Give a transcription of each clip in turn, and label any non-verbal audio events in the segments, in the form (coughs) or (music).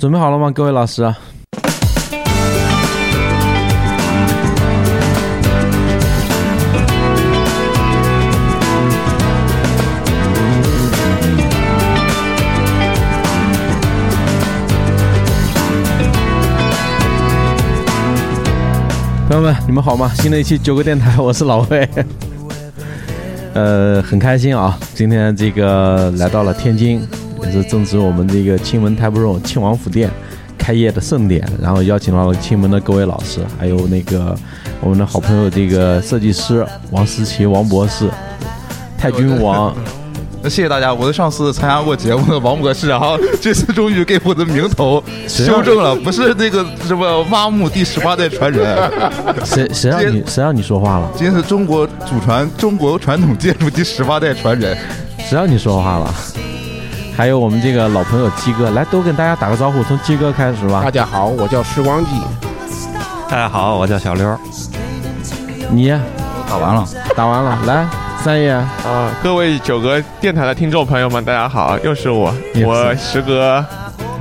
准备好了吗，各位老师？啊朋友们，你们好吗？新的一期九个电台，我是老魏。呃，很开心啊，今天这个来到了天津，也是正值我们这个清门太不容亲王府店开业的盛典，然后邀请到了清门的各位老师，还有那个我们的好朋友这个设计师王思琪王博士，太君 (laughs) 王。那谢谢大家，我的上司参加过节目的王博士，然后这次终于给我的名头啊修正了，不是那个什么挖墓第十八代传人，谁谁让你谁让你说话了？今天是中国祖传中国传统建筑第十八代传人，谁让你说话了？还有我们这个老朋友鸡哥，来都跟大家打个招呼，从鸡哥开始吧啊大。家好，我叫时光机。大家好，我叫小刘。你啊打完了，打完了，来三爷，啊，各位九哥电台的听众朋友们，大家好，又是我，也是我时隔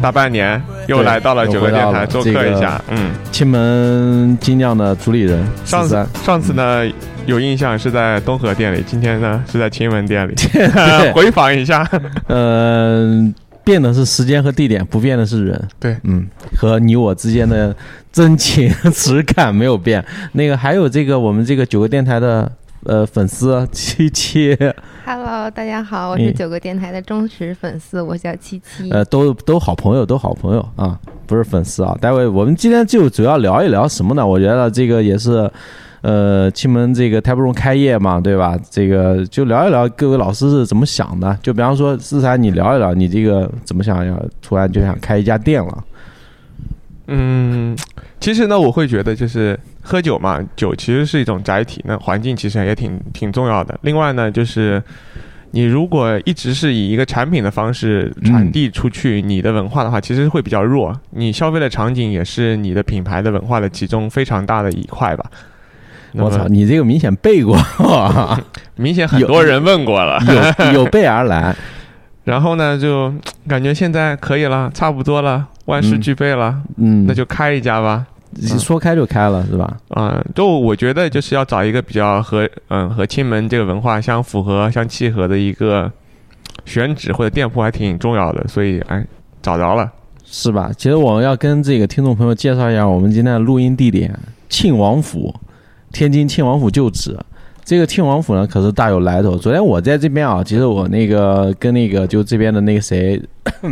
大半年又对来到了又九哥回到电了台做这客个一下。嗯，青门精酿的主理人上十次三，上次呢嗯有印象是在东河店里，今天呢是在清文店里， (laughs) 对 (laughs) 回访一下。呃，变的是时间和地点，不变的是人。对，嗯，和你我之间的真情 (laughs) 实感没有变。那个还有这个我们这个九个电台的呃粉丝七七， Hello，大家好，我你是九个电台的忠实粉丝，我叫七七。哎呃，都都好朋友，都好朋友啊，不是粉丝啊。待会我们今天就主要聊一聊什么呢？我觉得这个也是，呃，清门这个 t a b r o 开业嘛，对吧？这个就聊一聊各位老师是怎么想的。就比方说，四三，你聊一聊你这个怎么想要突然就想开一家店了？嗯，其实呢，我会觉得就是喝酒嘛，酒其实是一种载体，那环境其实也挺挺重要的。另外呢，就是你如果一直是以一个产品的方式传递出去你的文化的话，其实会比较弱。你消费的场景也是你的品牌的文化的其中非常大的一块吧。那我么操，你这个明显背过， (laughs) 明显很有多人问过了。有有备而来。然后呢，就感觉现在可以了，差不多了，万事嗯俱备了，嗯， (laughs) 那就开一家吧。说开就开了，是吧？啊、就我觉得就是要找一个比较和嗯和清门这个文化相符合、相契合的一个选址或者店铺，还挺重要的。所以哎，找着了，是吧？其实我要跟这个听众朋友介绍一下我们今天的录音地点——庆王府，天津庆王府旧址。这个庆王府呢，可是大有来头。昨天我在这边啊，其实我那个跟那个就这边的那个谁，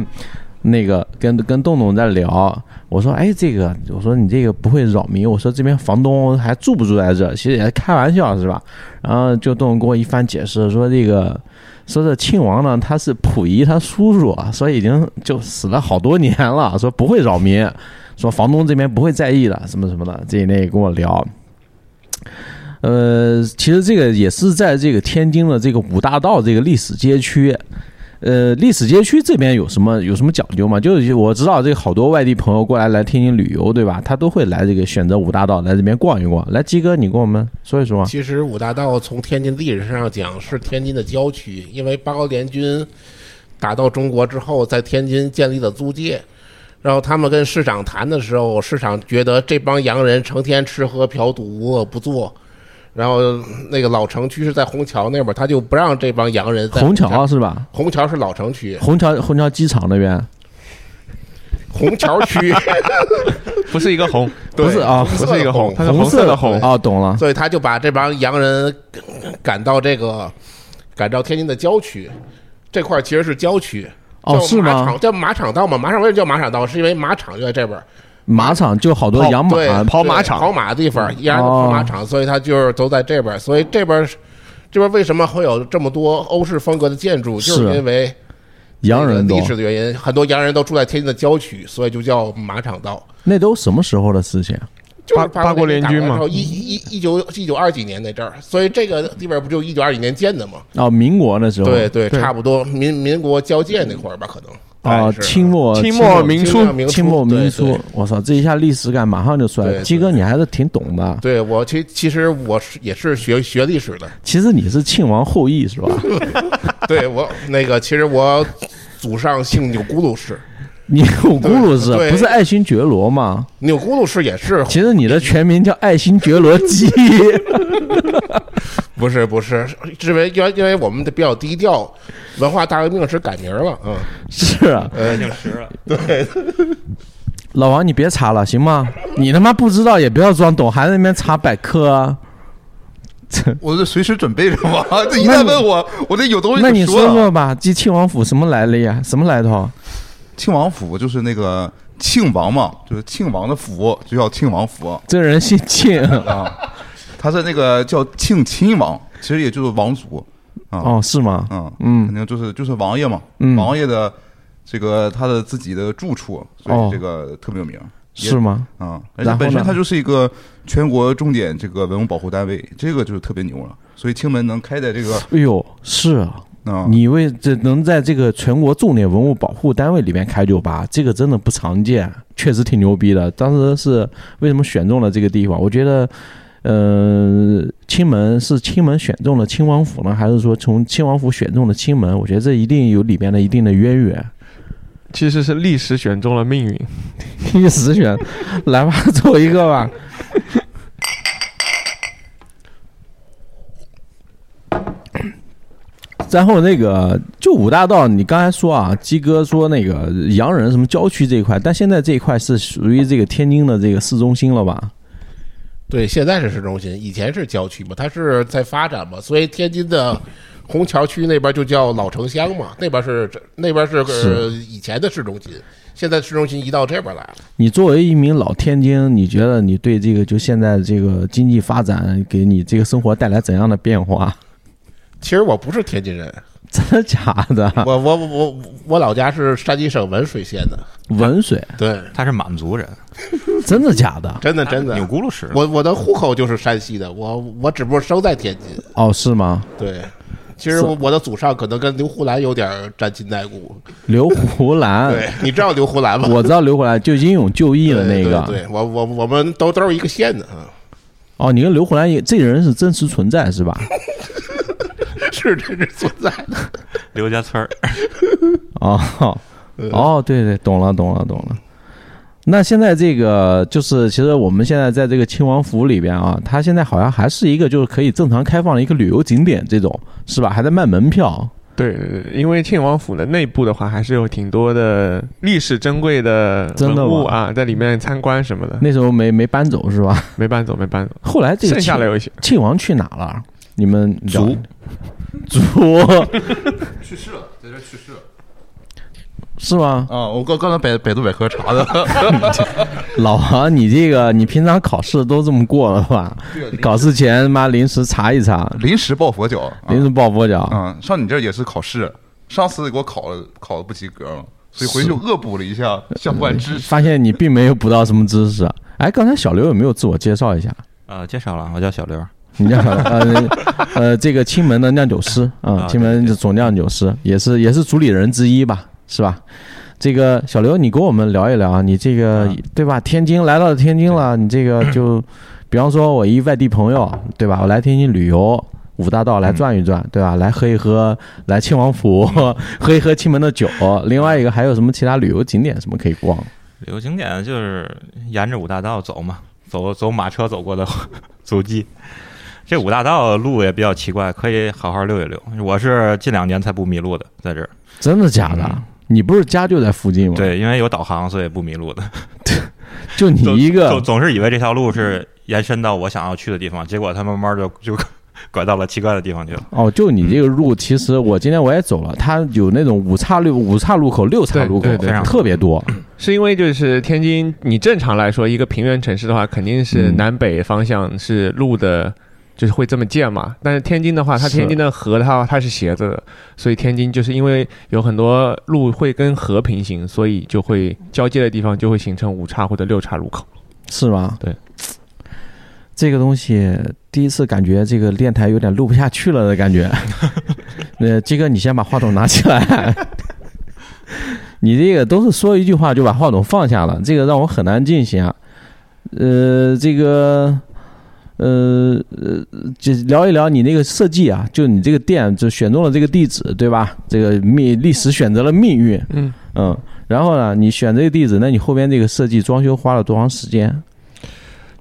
(coughs) 那个跟跟洞洞在聊，我说哎，这个我说你这个不会扰民，我说这边房东还住不住在这？其实也是开玩笑是吧？然后就洞洞给我一番解释，说这个说这庆王呢，他是溥仪他叔叔，啊所以已经就死了好多年了，说不会扰民，说房东这边不会在意的，什么什么的，这一类跟我聊。呃，其实这个也是在这个天津的这个五大道这个历史街区。呃，历史街区这边有什么有什么讲究吗？就是我知道这个好多外地朋友过来来天津旅游，对吧？他都会来这个选择五大道来这边逛一逛。来，鸡哥，你跟我们说一说啊。其实五大道从天津历史上讲是天津的郊区，因为八国联军打到中国之后，在天津建立了租界。然后他们跟市长谈的时候，市长觉得这帮洋人成天吃喝嫖赌无恶不作，然后那个老城区是在虹桥那边儿，他就不让这帮洋人在虹桥是吧？虹桥是老城区，虹桥虹桥机场那边虹桥区不是一个红，不是啊，不是一个红，它是红红色的红红。啊，懂了。所以他就把这帮洋人赶到这个赶到天津的郊区，这块儿其实是郊区。哦，叫是马吗场？叫马场道嘛？马场为什么叫马场道？是因为马场就在这边儿，马场就好多跑啊养马，哦对跑马对场跑马的地方，依然是跑马场，所以它就是都在这边儿。所以这边儿是这边儿为什么会有这么多欧式风格的建筑？就是是因为洋人这多个历。史的原因，很多洋人都住在天津的郊区，所以就叫马场道。那都什么时候的事情？啊就是八八国联军嘛嘛，一一一九一九二几年那阵儿，所以这个地方不就一九二几年建的嘛？哦，民国那时候。对对，对差不多民民国交界那块儿吧，可能哦，是清末清末末明初清末明初清末明对初对，我操，这一下历史感马上就出来了。对鸡哥，你还是挺懂的。对我其其实我是也是学学历史的，其实你是庆王后裔是吧？ (laughs) 对我那个其实我祖上姓钮钴禄氏，钮钴禄是对不是爱新觉罗吗？钮钴禄氏也是，其实你的全名叫爱新觉罗基，不是不是，因为因为因为我们的比较低调，文化大革命时改名了，嗯，是啊已经呃实 (laughs) 了。老王，你别查了行吗？你他妈不知道也不要装懂，还在那边查百科啊？我这随时准备着嘛。这一旦问我，我得有东西那你可说了。说吧，这庆王府什么来历呀？什么来哦头？庆王府就是那个庆王嘛，就是庆王的府，就叫庆王府这人姓 (laughs) 庆啊。他是那个叫庆亲王，其实也就是王族。哦，是吗？嗯嗯肯定就是就是王爷嘛，嗯王爷的这个他的自己的住处，所哦以这个特别有名。也是吗？啊，而然且后本呢身它就是一个全国重点这个文物保护单位，这个就是特别牛了。所以清门能开在这个哎呦，是啊，啊，你为这能在这个全国重点文物保护单位里面开酒吧，这个真的不常见，确实挺牛逼的。当时是为什么选中了这个地方？我觉得，呃，清门是清门选中了清王府呢，还是说从清王府选中了清门？我觉得这一定有里面的一定的渊源。 (laughs) 其实是历史选中了命运。第十选，来吧，做一个 (laughs) 吧。然后那个，就五大道，你刚才说啊，鸡哥说那个洋人什么郊区这一块，但现在这一块是属于这个天津的这个市中心了吧？对，现在是市中心，以前是郊区嘛，它是在发展嘛，所以天津的虹桥区那边就叫老城乡嘛，那边是那边是呃是以前的市中心，现在市中心移到这边来了。你作为一名老天津，你觉得你对这个就现在这个经济发展给你这个生活带来怎样的变化？其实我不是天津人，真的假的？我我我我我老家是山西省文水县的，文水， (laughs) 对，他是满族人， (laughs) 真的假的？真的真的钮，钴禄氏。我我的户口就是山西的，我我只不过生在天津，哦，是吗？对。其实我我的祖上可能跟刘胡兰有点沾亲带故，刘胡兰， (laughs) 对，你知道刘胡兰吗？嗯我知道刘回来就英勇就义的那对个。对对我我我们都都是一个县的啊，哦，你跟刘回来也，这个人是真实存在是吧？是真实存在的。刘家村儿，哦，哦，对对，懂了懂了懂了。那现在这个就是，其实我们现在在这个亲王府里边啊，它现在好像还是一个就是可以正常开放的一个旅游景点，这种是吧？还在卖门票。对对对，因为庆王府的内部的话，还是有挺多的历史珍贵的真的文物吗啊，在里面参观什么的，那时候没没搬走是 (laughs) 吧？没搬走，没搬走，后来这个剩下庆的有一些。庆王去哪了？你们了族族去世了，在这去世了是吗？啊！我刚刚才百百度百科查的，老王，你这个你平常考试都这么过了吧？考试前妈临时查一查，临时抱佛脚，啊临时抱佛脚。嗯，上你这儿也是考试，上次给我考了考的不及格嘛，所以回去恶补了一下相关知识。发现你并没有补到什么知识。哎，刚才小刘有没有自我介绍一下？呃，介绍了，我叫小刘。 (laughs) 你叫小刘，呃呃，这个清门的酿酒师啊，啊清门对对总酿酒师也是也是主理人之一吧，是吧？这个小刘，你跟我们聊一聊啊，你这个、啊对吧？天津来到天津了，你这个 (clears throat) 就，比方说我一外地朋友，对吧？我来天津旅游。五大道来转一嗯转，对吧？来喝一喝，来庆王府 (laughs) 喝一喝清门的酒。另外一个还有什么其他旅游景点什么可以嗯逛？旅游景点就是沿着五大道走嘛，走走马车走过的 (laughs) 足迹。这五大道路也比较奇怪，可以好好溜一溜。我是近两年才不迷路的，在这儿。真的假的？嗯你不是家就在附近吗？，对，因为有导航，所以不迷路的。就你一总个，总是以为这条路是延伸到我想要去的地方，结果它慢慢就 (laughs) 就拐到了奇怪的地方去了。哦，就你嗯这个路，其实我今天我也走了，它有那种五岔路、五岔路口、六岔路口对对，对特别多。是因为就是天津，你正常来说一个平原城市的话，肯定是嗯南北方向是路的，就是会这么建嘛。但是天津的话，它是天津的河的话它是斜着的，所以天津就是因为有很多路会跟河平行，所以就会交界的地方就会形成五岔或者六岔路口。是吗？对，这个东西第一次感觉这个电台有点录不下去了的感 (laughs) 觉。呃，鸡哥，你先把话筒拿起来。你这个都是说一句话就把话筒放下了，这个让我很难进行啊。呃，这个，呃呃，就聊一聊你那个设计啊，就你这个店就选中了这个地址，对吧？这个命历史选择了命运，嗯嗯，然后呢，你选这个地址，那你后边这个设计装修花了多长时间？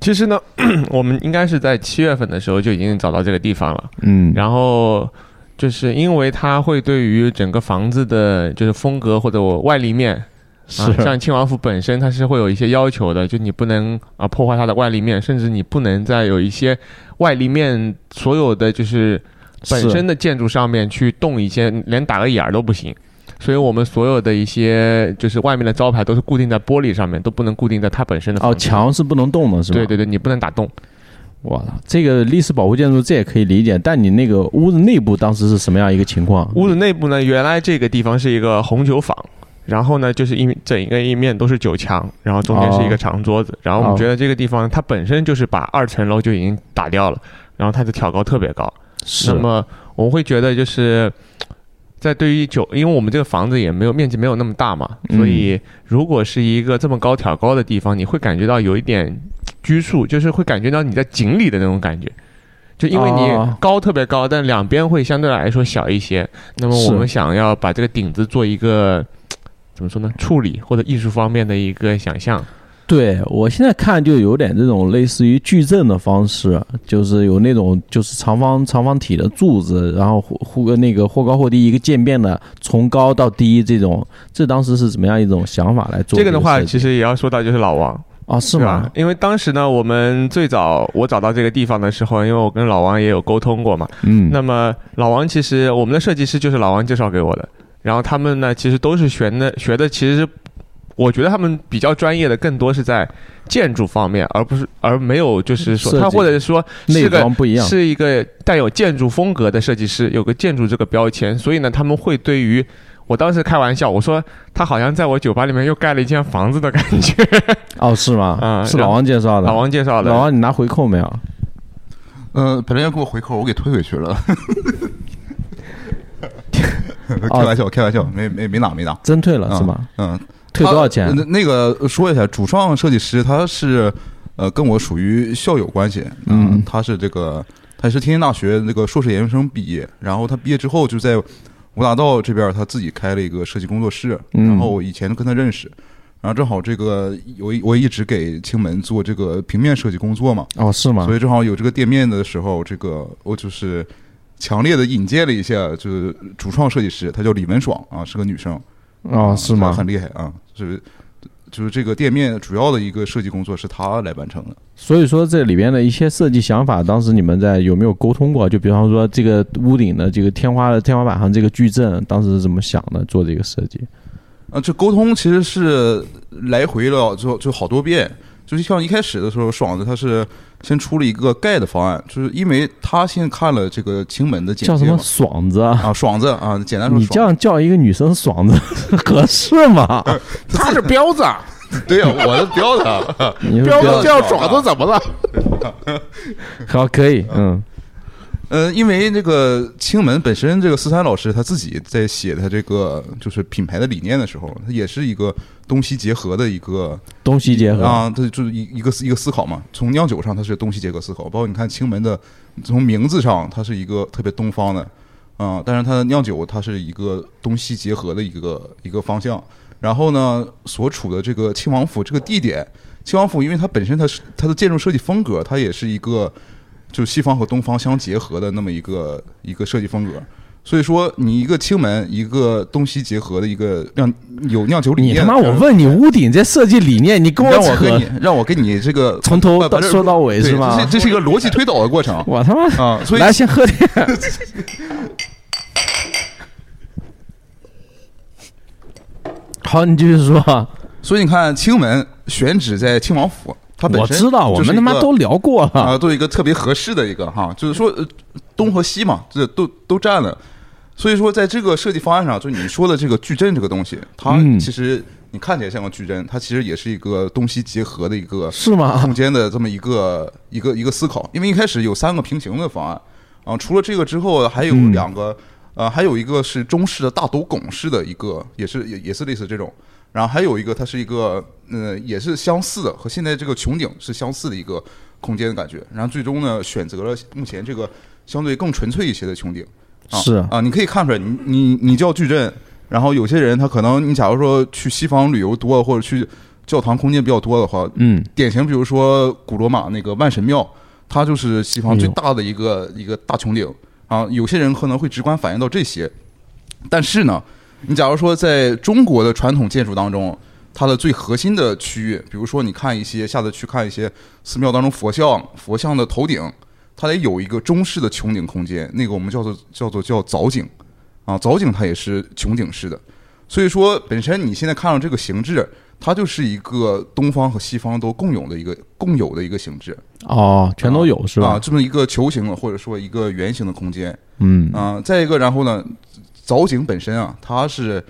其实呢， (clears throat) 我们应该是在七月份的时候就已经找到这个地方了。嗯然后就是因为它会对于整个房子的，就是风格或者我外立面，啊是，像亲王府本身它是会有一些要求的，就你不能啊破坏它的外立面，甚至你不能在有一些外立面所有的就是本是身的建筑上面去动一些，连打个眼儿都不行。所以我们所有的一些就是外面的招牌都是固定在玻璃上面，都不能固定在它本身的哦，房子墙是不能动的，是吧？对对对，你不能打洞。我操，这个历史保护建筑这也可以理解，但你那个屋子内部当时是什么样一个情况？屋子内部呢，原来这个地方是一个红酒坊，然后呢，就是一面整一个一面都是酒墙，然后中间是一个长桌子，然后我们觉得这个地方它本身就是把二层楼就已经打掉了，然后它的挑高特别高，是那么我们会觉得就是。在对于酒，因为我们这个房子也没有面积没有那么大嘛，嗯所以如果是一个这么高挑高的地方，你会感觉到有一点拘束，就是会感觉到你在井里的那种感觉，就因为你哦高特别高，但两边会相对来说小一些。那么我是们想要把这个顶子做一个怎么说呢？处理或者艺术方面的一个想象。对我现在看就有点这种类似于矩阵的方式，就是有那种就是长方长方体的柱子，然后或或那个或高或低一个渐变的从高到低这种，这当时是怎么样一种想法来做这个的话，设计其实也要说到就是老王，哦是对吗吧？？因为当时呢，我们最早我找到这个地方的时候，因为我跟老王也有沟通过嘛，嗯，那么老王其实我们的设计师就是老王介绍给我的，然后他们呢其实都是学的学的，其实我觉得他们比较专业的更多是在建筑方面，而不是而没有就是设说计他或者说内是个装不一样，是一个带有建筑风格的设计师，有个建筑这个标签，所以呢他们会对于。我当时开玩笑，我说他好像在我酒吧里面又盖了一间房子的感觉。哦是吗？啊嗯是然老后王介绍的， (laughs) 老王介绍的，老王你拿回扣没有？嗯，本来要给我回扣，我给退回去 (laughs) 了。开玩笑，开玩笑，没没没拿没拿。真退了是吗？嗯，退多少钱啊他？那那个说一下，主创设计师他是呃跟我属于校友关系，嗯他是这个他是天津大学那个硕士研究生毕业，然后他毕业之后就在五大道这边他自己开了一个设计工作室，嗯然后我以前跟他认识。然后正好这个我一我一直给青门做这个平面设计工作嘛，哦是吗所？以正好有这个店面的时候，这个我就是强烈的引荐了一下，就是主创设计师，她叫李文爽啊，是个女生哦是吗她？很厉害啊，就是就是这个店面主要的一个设计工作是她来完成的。所以说这里边的一些设计想法，当时你们在有没有沟通过？就比方说这个屋顶的这个天花的天花板上这个矩阵，当时是怎么想的做这个设计？啊，这沟通其实是来回了，就就好多遍。就是像一开始的时候，爽子他是先出了一个盖的方案，就是因为他先看了这个清门的简叫什介么嘛，爽子？啊？啊，爽子啊，简单说你爽这样叫一个女生爽子 (laughs) 合适 (laughs) 吗？嗯他是 (laughs) 彪子，对呀、我都标他了。你说彪标子叫爪子怎么了？好可啊以，嗯，呃，因为这个青门本身，这个思三老师他自己在写他这个就是品牌的理念的时候，他也是一个东西结合的一个东西结合，啊，他就是一一个一个思考嘛。从酿酒上，它是东西结合思考，包括你看青门的从名字上，它是一个特别东方的啊，但是它的酿酒它是一个东西结合的一个一个方向。然后呢，所处的这个亲王府这个地点，亲王府因为它本身它是它的建筑设计风格，它也是一个就西方和东方相结合的那么一个一个设计风格。所以说，你一个青门，一个东西结合的一个让有酿酒理你念的，他妈我问你屋顶这设计理念，你跟让我跟扯你，让我跟你这个从头不到不是说到尾对是吗这？这是一个逻辑推导的过程我他妈啊，所以来先喝点， (laughs) 好，你继续说。所以你看，清门选址在清王府，它本我身知道，我就是们一他妈个都聊过了。啊，都有一个特别合适的一个哈，就是说呃东和西嘛，这都都占了。所以说，在这个设计方案上，就你说的这个矩阵这个东西，它嗯其实你看起来像个矩阵，它其实也是一个东西结合的一个是吗 (laughs) 空间的这么一个一个一个思考。因为一开始有三个平行的方案啊，除了这个之后，还有两个，呃，还有一个是中式的大斗拱式的一个，也是也也是类似这种。然后还有一个，它是一个，呃，也是相似的，和现在这个穹顶是相似的一个空间的感觉。然后最终呢，选择了目前这个相对更纯粹一些的穹顶。啊是啊，你可以看出来，你你你叫矩阵，然后有些人他可能，你假如说去西方旅游多，或者去教堂空间比较多的话，嗯，典型比如说古罗马那个万神庙，它就是西哎方呦最大的一个一个大穹顶啊。有些人可能会直观反映到这些，但是呢，你假如说在中国的传统建筑当中，它的最核心的区域，比如说你看一些下次去看一些寺庙当中佛像，佛像的头顶，它得有一个中式的穹顶空间，那个我们叫做叫做叫藻井啊，藻井它也是穹顶式的。所以说，本身你现在看到这个形制，它就是一个东方和西方都共有的一个共有的一个形制，哦，全都有是啊，吧？这么一个球形的或者说一个圆形的空间嗯，啊。再一个，然后呢，藻井本身啊，它是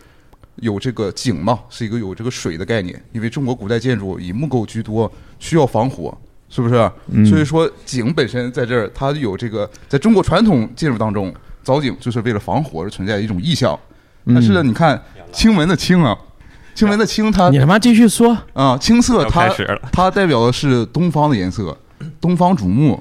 有这个井嘛，是一个有这个水的概念，因为中国古代建筑以木构居多，需要防火，是不是？嗯所以说井本身在这儿，它有这个在中国传统建筑当中，藻井就是为了防火而存在的一种意象。嗯但是呢，你看清文的清啊，清文的清它你他妈继续说，啊，青色要开它始了，它代表的是东方的颜色，东方主木。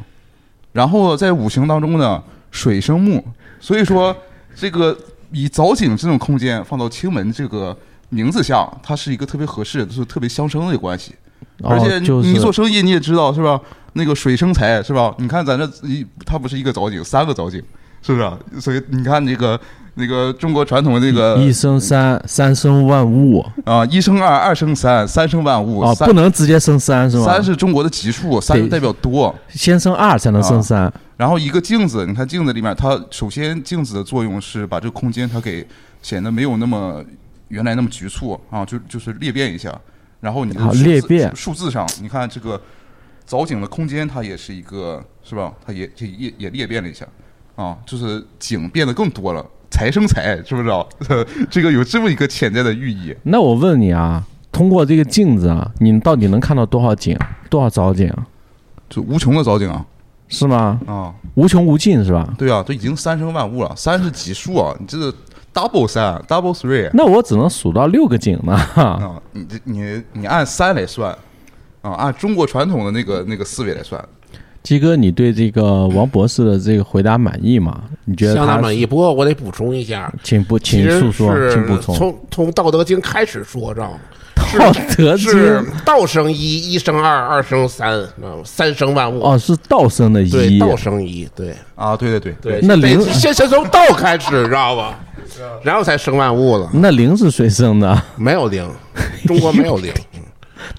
然后在五行当中呢，水生木，所以说这个以藻井这种空间放到青门这个名字下，它是一个特别合适，就是特别相生的一个关系。而且哦就是你做生意你也知道是吧？那个水生财是吧？你看咱这一，它不是一个藻井，三个藻井，是不是啊？所以你看这个那个中国传统的那个一生三，呃三生万物啊，一生二，二生三，三生万物，啊，三不能直接生三是吧？三是中国的级数，三是代表多。先生二才能啊生三，然后一个镜子，你看镜子里面，它首先镜子的作用是把这个空间它给显得没有那么原来那么局促啊，就就是裂变一下。然后你的好数字裂变数字上，你看这个藻井的空间，它也是一个是吧？它也也也也裂变了一下啊，就是井变得更多了，财生财，知不知道？ (laughs) 这个有这么一个潜在的寓意。那我问你啊，通过这个镜子啊，你到底能看到多少井，多少藻井，就无穷的藻井啊是吗？啊，无穷无尽是吧？对啊，这已经三生万物了，三是奇数啊，你这个 double 三，double three 那我只能数到六个井呢。哈啊，你这你你按三来算啊，按中国传统的那个那个思维来算，鸡哥，你对这个王博士的这个回答满意吗？你觉得相他当满意。不过我得补充一下，请不，其请实诉是说，请补充。从从《道德经》开始说着， (laughs) 道德经是道生一，一生二，二生三，啊，三生万物。哦，是道生的对，一，道生一，对啊，对对对对。那得零先先从道开始，知道吧？ (laughs) 然后才生万物了。那零是谁生的？ (laughs) 没有零，中国没有零，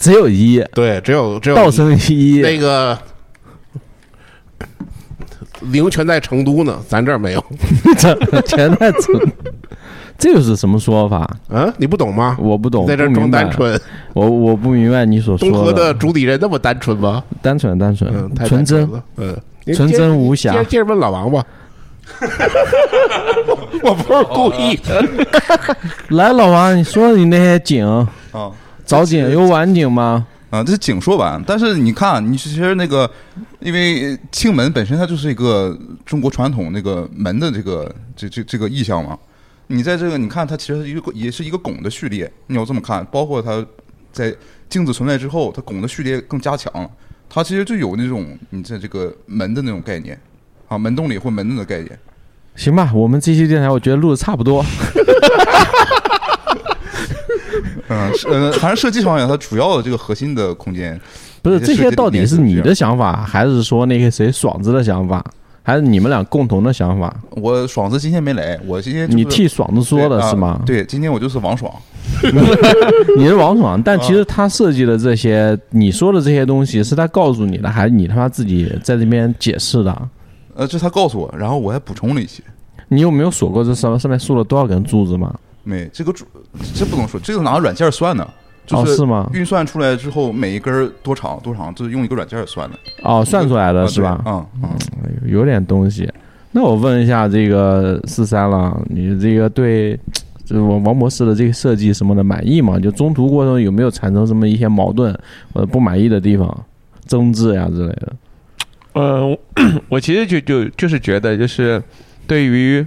只有一，对，只有只有道生一。那个零全在成都呢，咱这儿没有。这 (laughs) 全在扯，这又是什么说法？嗯，你不懂吗？我不懂，在这儿不装明白单，纯，我我不明白你所东说河的主理人那么单纯吗？单纯单纯、嗯，太纯单真纯，了，嗯，纯真无接着瑕。接着问老王吧。 (laughs) 我不是故意的，来，老王，你说你那些井，啊藻井有晚井吗？啊，这是井说完，但是你看，你其实那个，因为呃庆门本身它就是一个中国传统那个门的这个这这这个意象嘛，你在这个你看它其实一个也是一个拱的序列，你要这么看，包括它在镜子存在之后，它拱的序列更加强了，它其实就有那种你在这个门的那种概念啊，门洞里或门洞的概念。行吧，我们这期电台我觉得录的差不 (laughs) 多。嗯，是呃，反正设计方面，它主要的这个核心的空间，不是你的这设些计到理底念是是你这的想法，还是说那个谁爽子的想法，还是你们俩共同的想法？我爽子今天没来，我今天就是你替爽子说的哎对啊是吗？对，今天我就是王爽， (laughs) 你是王爽，啊但其实他设计的这些，你说的这些东西，是他告诉你的，还是你他妈自己在这边解释的？呃，这他告诉我，然后我还补充了一些。你有没有数过这上上面竖了多少根柱子吗？没，这个主这不能说，这个拿软件算的，就哦，是是吗？运算出来之后每一根儿多长多长，就是用一个软件算的，哦，算出来的是吧？啊对，嗯嗯，哎呦有点东西。那我问一下这个四三了，你这个对这王王博士的这个设计什么的满意吗？就中途过程中有没有产生什么一些矛盾或者不满意的地方、争执呀之类的？呃，我 (clears throat) 我其实就就就是觉得，就是对于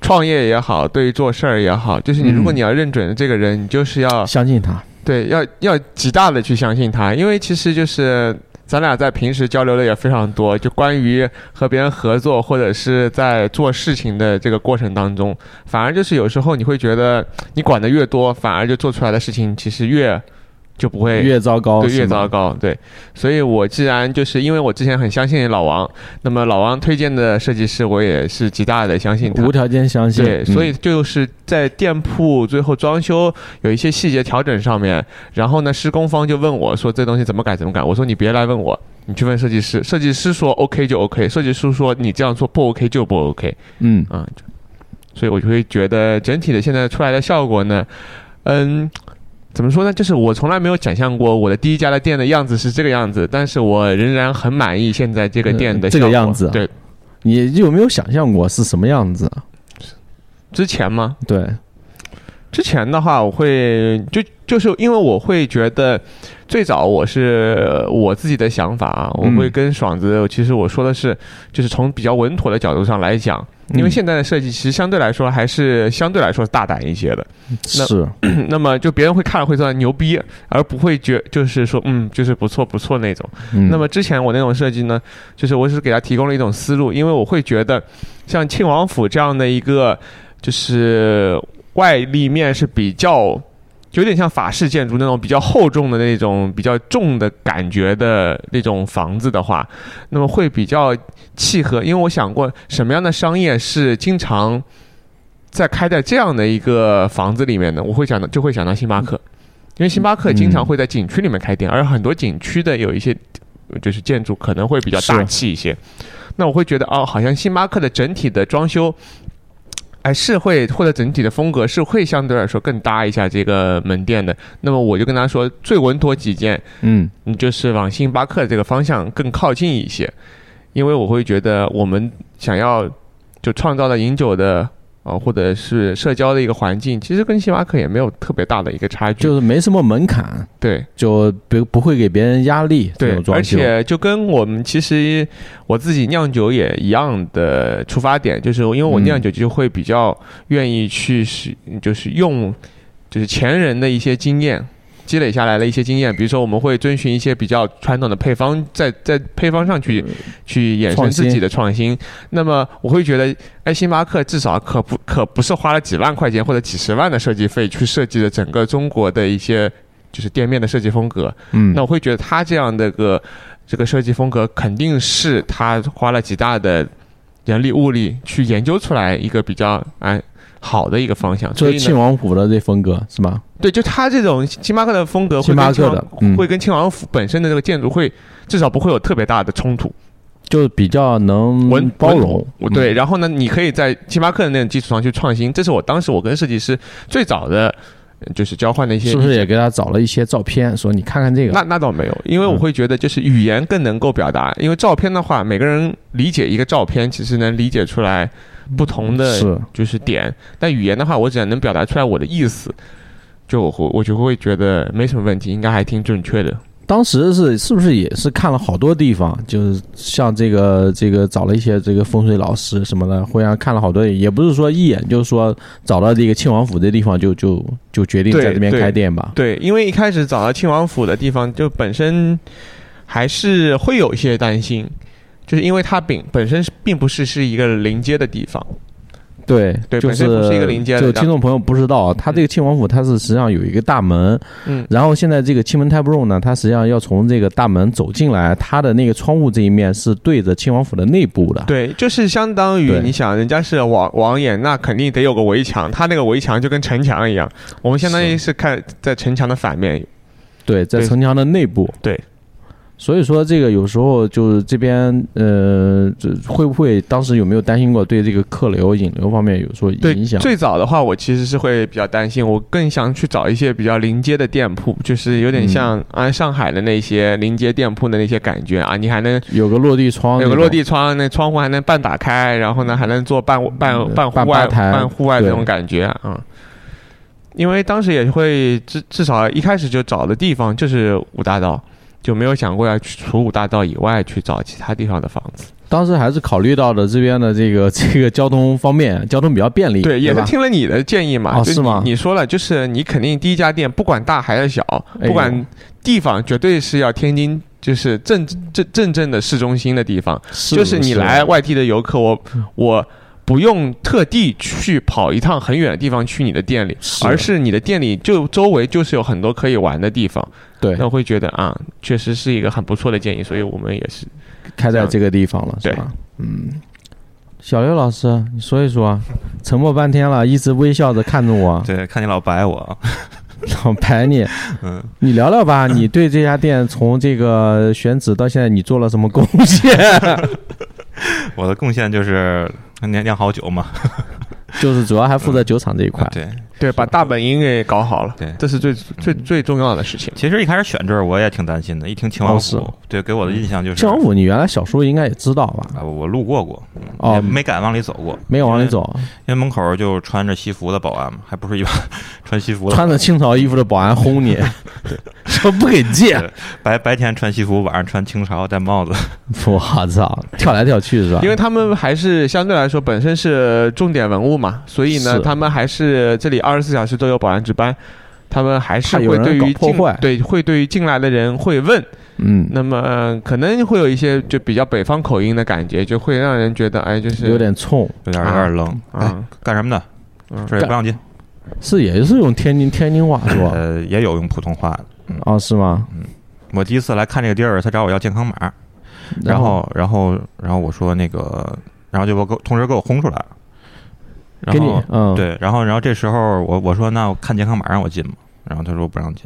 创业也好，对于做事儿也好，就是你如果嗯你要认准这个人，你就是要相信他，对要要极大的去相信他，因为其实就是咱俩在平时交流的也非常多，就关于和别人合作或者是在做事情的这个过程当中，反而就是有时候你会觉得你管的越多，反而就做出来的事情其实越就不会越糟糕对，越哦是吗糟糕，对。所以我既然就是因为我之前很相信老王，那么老王推荐的设计师，我也是极大的相信他无。条件相信。对，嗯所以就是在店铺最后装修有一些细节调整上面，然后呢，施工方就问我说这东西怎么改怎么改，我说你别来问我，你去问设计师，设计师说 OK 就 OK，设计师说你这样做不 OK 就不 OK，嗯，啊、就所以我就会觉得整体的现在出来的效果呢，嗯，怎么说呢？就是我从来没有想象过我的第一家的店的样子是这个样子，但是我仍然很满意现在这个店的嗯这效个果、样子啊对，你有没有想象过是什么样子啊？之前吗？对，之前的话，我会就就是因为我会觉得，最早我是呃我自己的想法啊，我嗯会跟爽子，其实我说的是，就是从比较稳妥的角度上来讲，因为嗯现在的设计其实相对来说还是相对来说是大胆一些的，那是那么就别人会看了会说牛逼，而不会觉就是说嗯就是不错不错那种。嗯那么之前我那种设计呢，就是我只是给他提供了一种思路，因为我会觉得像庆王府这样的一个就是外立面是比较。就有点像法式建筑那种比较厚重的那种比较重的感觉的那种房子的话，那么会比较契合。因为我想过什么样的商业是经常在开在这样的一个房子里面的，我会想到就会想到星巴克，因为星巴克经常会在景区里面开店，而很多景区的有一些就是建筑可能会比较大是气一些。那我会觉得哦，好像星巴克的整体的装修，哎，是会或者整体的风格是会相对来说更搭一下这个门店的。那么我就跟他说，最稳妥起见，嗯你就是往星巴克这个方向更靠近一些，因为我会觉得我们想要就创造的饮酒的啊、呃或者是社交的一个环境，其实跟星巴克也没有特别大的一个差距。就是没什么门槛，对就不不会给别人压力这对种，装而修。且就跟我们其实我自己酿酒也一样的出发点，就是因为我嗯酿酒就会比较愿意去使，就是用就是前人的一些经验。积累下来的一些经验，比如说我们会遵循一些比较传统的配方，在在配方上去去衍生嗯创新自己的创新。那么我会觉得，哎，星巴克至少可不可不是花了几万块钱或者几十万的设计费去设计的整个中国的一些就是店面的设计风格，嗯那我会觉得他这样的个这个设计风格，肯定是他花了极大的人力物力去研究出来一个比较哎好的一个方向。所就是以庆呢，王府的这风格是吧？对，就他这种星巴克的风格会星跟巴亲克王，的，嗯，会跟亲王府本身的这个建筑会至少不会有特别大的冲突。就是比较能文嗯包容。嗯我对，然后呢，你可以在星巴克的那种基础上去创新。这是我当时我跟设计师最早的呃就是交换的一些是不是也给他找了一些照片，说你看看这那个？那倒没有，因为我会觉得就是语言更能够表达，因为照片的话，每个人理解一个照片，其实能理解出来不同的是嗯就是点，但语言的话，我只能表达出来我的意思，就我会我就会觉得没什么问题，应该还挺准确的。当时是是不是也是看了好多地方，就是像这个这个找了一些这个风水老师什么的，互相看了好多，也不是说一眼就是说找到这个庆王府这地方就就就决定对在这边对开店吧？对，因为一开始找到亲王府的地方，就本身还是会有一些担心，就是因为它并本身是并不是是一个临街的地方，对对就本身不是一个临街的就听众朋友不知道啊，它这个庆王府它是实际上有一个大门，嗯然后现在这个庆门 Type Room 呢，它实际上要从这个大门走进来，它的那个窗户这一面是对着庆王府的内部的，对，就是相当于对你想，人家是网网眼，那肯定得有个围墙，他那个围墙就跟城墙一样，我们相当于是看在城墙的反面。对，在对城墙的内部。对，所以说这个有时候就是这边呃，这会不会当时有没有担心过对这个客流引流方面有所对影，响？最早的话，我其实是会比较担心，我更想去找一些比较临街的店铺，就是有点嗯像啊上海的那些临街店铺的那些感觉啊，你还能有个落地窗，有个落，地窗，那窗户还能半打开，然后呢还能做半半半户嗯半吧外台半户外对这种感觉啊、嗯因为当时也会至至少一开始就找的地方就是五大道，就没有想过要去除五大道以外去找其他地方的房子。当时还是考虑到了这边的这个这个交通方面，交通比较便利，对，对，也是吧听了你的建议嘛，哦就是吗你你说了，就是你肯定第一家店不管大还是小，哎呦不管地方，绝对是要天津就是正正正正的市中心的地方，是就是你来外地的嗯游客，我我不用特地去跑一趟很远的地方去你的店里，是而是你的店里就周围就是有很多可以玩的地方。对那我会觉得啊，确实是一个很不错的建议，所以我们也是开在这个地方了，是对吧？嗯，小刘老师，你说一 (laughs) 说啊，沉默半天了，一直微笑着看着我，对，看你老白我，老白 (laughs) 你，嗯，你聊聊吧，你对这家店从这个选址到现在，你做了什么贡献？ (laughs) (laughs) (laughs) 我的贡献就是酿酿好酒嘛。就是主要还负责酒厂这一块，对，嗯对把大本营给搞好了，对这是最最最重要的事情。其实一开始选这儿我也挺担心的，一听秦王哦是府，对，给我的印象就是庆王府，你原来小时候应该也知道吧？啊，我路过过，哦也没敢往里走过，没有往里走，因为门口就穿着西服的保安嘛，还不是一般穿西服的，穿着清朝衣服的保安轰你， (laughs) 说不给进，白白天穿西服，晚上穿清朝戴帽子，我操，跳来跳去是吧？因为他们还是相对来说本身是重点文物嘛，所以呢，是他们还是这里二十四小时都有保安值班，他们还是怕有会人对于搞破进坏对会对于进来的人会问，嗯，那么、呃可能会有一些就比较北方口音的感觉，就会让人觉得哎，就是有点冲，有点有点冷。哎啊，，干什么的？嗯这也不让进。是也是用天津天津话说，呃，也有用普通话的。哦是吗？我第一次来看这个地儿，他找我要健康码，然后然后然后我说那个，然后就给我同事给我轰出来了。然给你后，嗯，，对，然后然后这时候我我说那我看健康码让我进吗？然后他说不让进。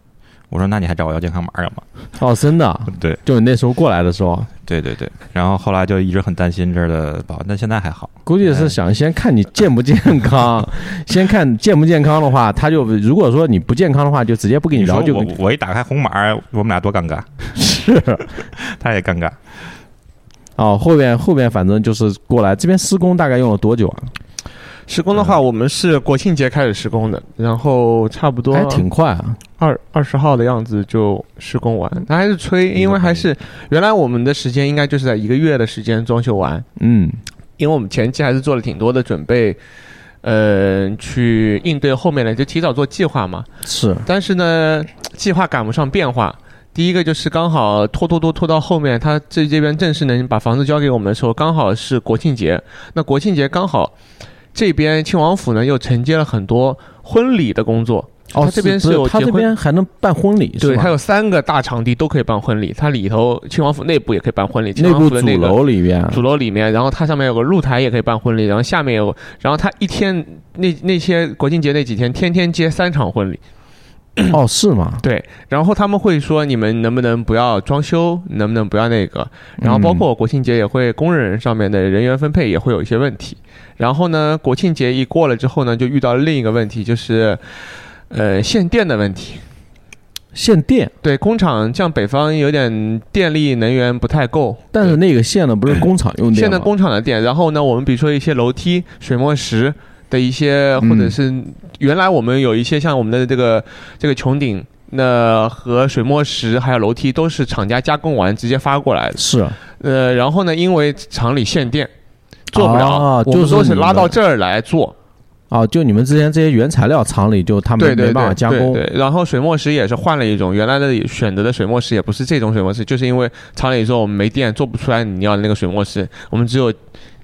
我说那你还找我要健康码干嘛？ (laughs) 哦真的，对就你那时候过来的时候，啊对对对。然后后来就一直很担心这儿的保安，但现在还好。估计哎是想先看你健不健 (laughs) 康，先看健不健康的话，他就如果说你不健康的话，就直接不跟你你说聊，就我我一打开红码，我们俩多尴尬， (laughs) 是他也尴尬。哦，后边后边反正就是过来这边施工大概用了多久啊？施工的话，我们是国庆节开始施工的，然后差不多还挺快啊，二二十号的样子就施工完，它还是吹，因为还是原来我们的时间应该就是在一个月的时间装修完，嗯，因为我们前期还是做了挺多的准备，呃，去应对后面的，就提早做计划嘛。是但是呢，计划赶不上变化。第一个就是刚好拖拖拖拖到后面，他这这边正式能把房子交给我们的时候，刚好是国庆节。那国庆节刚好，这边亲王府呢又承接了很多婚礼的工作。哦，他这边是是有不他结这婚边还能办婚礼，是对，吧它有三个大场地都可以办婚礼，它里头亲王府内部也可以办婚礼，亲内王部府的主那个楼里边，主楼里面，然后它上面有个露台也可以办婚礼，然后下面有，然后它一天那那些国庆节那几天，天天接三场婚礼。哦是吗？对，然后他们会说你们能不能不要装修，能不能不要那个，然后包括国庆节也会工人上面的人员分配也会有一些问题。然后呢，国庆节一过了之后呢，就遇到另一个问题，就是呃限电的问题。限电，对，工厂像北方有点电力能源不太够，但是那个限的不是工厂用电现吗，在工厂的电，然后呢，我们比如说一些楼梯、水墨石的一些，嗯或者是原来我们有一些像我们的这个这个穹顶。那和水墨石还有楼梯都是厂家加工完直接发过来的，是啊呃，然后呢，因为厂里限电，做不了，啊我们就是都你是拉们到这儿来做，哦，就你们之前这些原材料厂里就他对们对没办法对加工，对对，然后水墨石也是换了一种，原来的选择的水墨石也不是这种水墨石，就是因为厂里说我们没电做不出来你要的那个水墨石，我们只有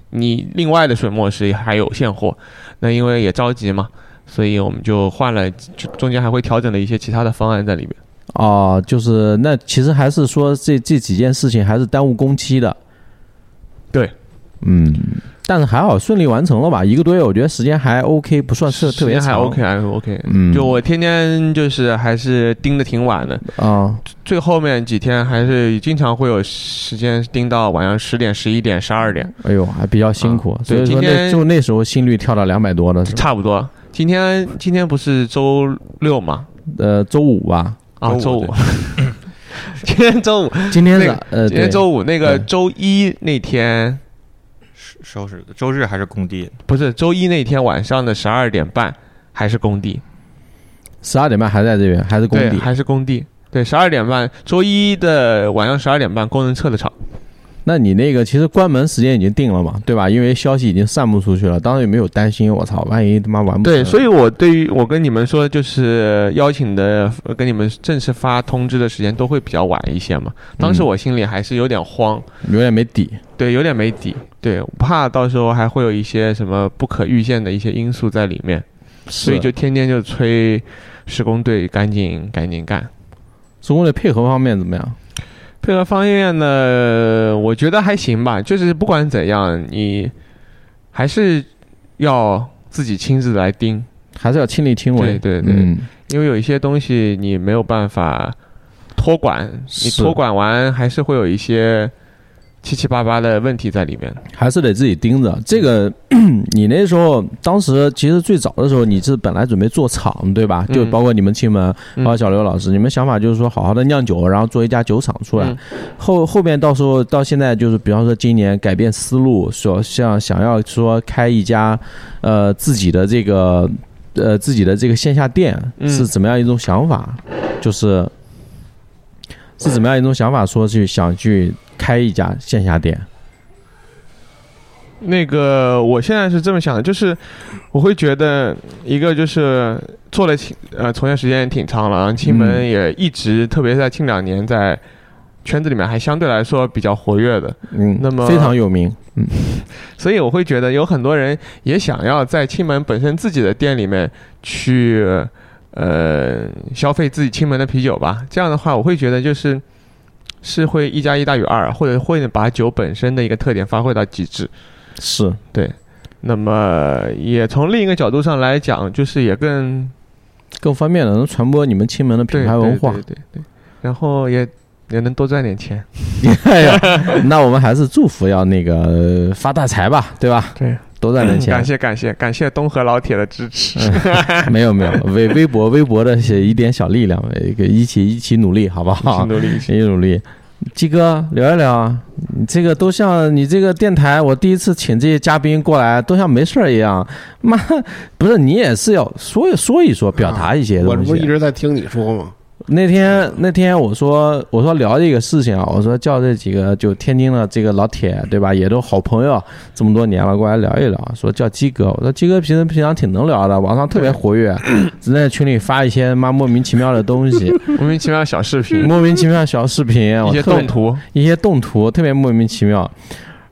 你另外的水墨石还有现货，那因为也着急嘛。所以我们就换了，就中间还会调整了一些其他的方案在里面。哦，就是那其实还是说这这几件事情还是耽误工期的。对，嗯，但是还好顺利完成了吧？一个多月，我觉得时间还 OK，不算特时特别间长。还 OK，还 OK。嗯，就我天天就是还是盯的挺晚的，啊，最后面几天还是经常会有时间盯到晚上十点、十一点、十二点。哎呦，还比较辛苦，啊所以对说今那天就那时候心率跳到两百多了，是吧差不多。今天今天不是周六嘛？呃，周五吧，啊，周周五五。 (laughs) 今天周五，今天是、那个呃， (laughs) 今天对周五那个对周一那天收拾周日还是工地？不是周一那天晚上的十二点半还是工地？十二点半还在这边，还是工对，地。还是工地。对，十二点半，周一的晚上十二点半，工人测的场。那你那个其实关门时间已经定了嘛，对吧？因为消息已经散布出去了，当时也没有担心，我操，万一他妈完不对，所以以我对于我跟你们说，就是邀请的呃跟你们正式发通知的时间都会比较晚一些嘛。当时嗯我心里还是有点慌，有点没底。对，有点没底，对，我怕到时候还会有一些什么不可预见的一些因素在里面，所所以就天天就催施工队赶紧赶紧干。施工的配合方面怎么样？配合方面呢，我觉得还行吧，就是不管怎样，你还是要自己亲自来盯，还是要亲力亲为。对对对嗯因为有一些东西你没有办法托管，你是托管完还是会有一些七七八八的问题在里面。还是得自己盯着。这个， (clears throat) 你那时候当时其实最早的时候，你是本来准备做厂，对吧？嗯就包括你们亲们，嗯包括小刘老师，你们想法就是说好好的酿酒，然后做一家酒厂出来。嗯后后面到时候到现在就是，比方说今年改变思路，说像想要说开一家，呃，自己的这个。呃，自己的这个线下店嗯是怎么样一种想法？就是是怎么样一种想法？说去想去开一家线下店，那个，我现在是这么想的，就是我会觉得一个就是做了青呃从业时间也挺长了，然后青门嗯也一直，特别是在近两年在圈子里面还相对来说比较活跃的，嗯，那么非常有名，所以我会觉得有很多人也想要在青门本身自己的店里面去呃消费自己青门的啤酒吧。这样的话，我会觉得就是是会一加一大于二，或者会把酒本身的一个特点发挥到极致。是那么也从另一个角度上来讲，就是也更更方便的能传播你们青门的对品牌文化对。对对对然后也也能多赚点钱。 (laughs) 哎呀，那我们还是祝福要那个呃发大财吧，对吧？对，多赚点感钱。谢感谢感谢东河老铁的支持。 (laughs) 没有没有，微微博微博的写一点小力量，呃一个一起一起努力，好不一起好？努力，一起 (laughs) 一起努力。鸡哥聊一聊啊，你这个都像你这个电台，我第一次请这些嘉宾过来，都像没事儿一样。妈，不是你也是要说说一说，表达一些我东这西。啊不是一直在听你说吗？那天那天我说我说聊这个事情啊，我说叫这几个就天津的这个老铁对吧，也都好朋友，这么多年了，过来聊一聊。说叫鸡哥，我说鸡哥平时平常挺能聊的，网上特别活跃，嗯只在群里发一些妈莫名其妙的东 (laughs) 西，莫名其妙小视频，莫名其妙的小视频，嗯我一些特别动图，一些动图，特别莫名其妙。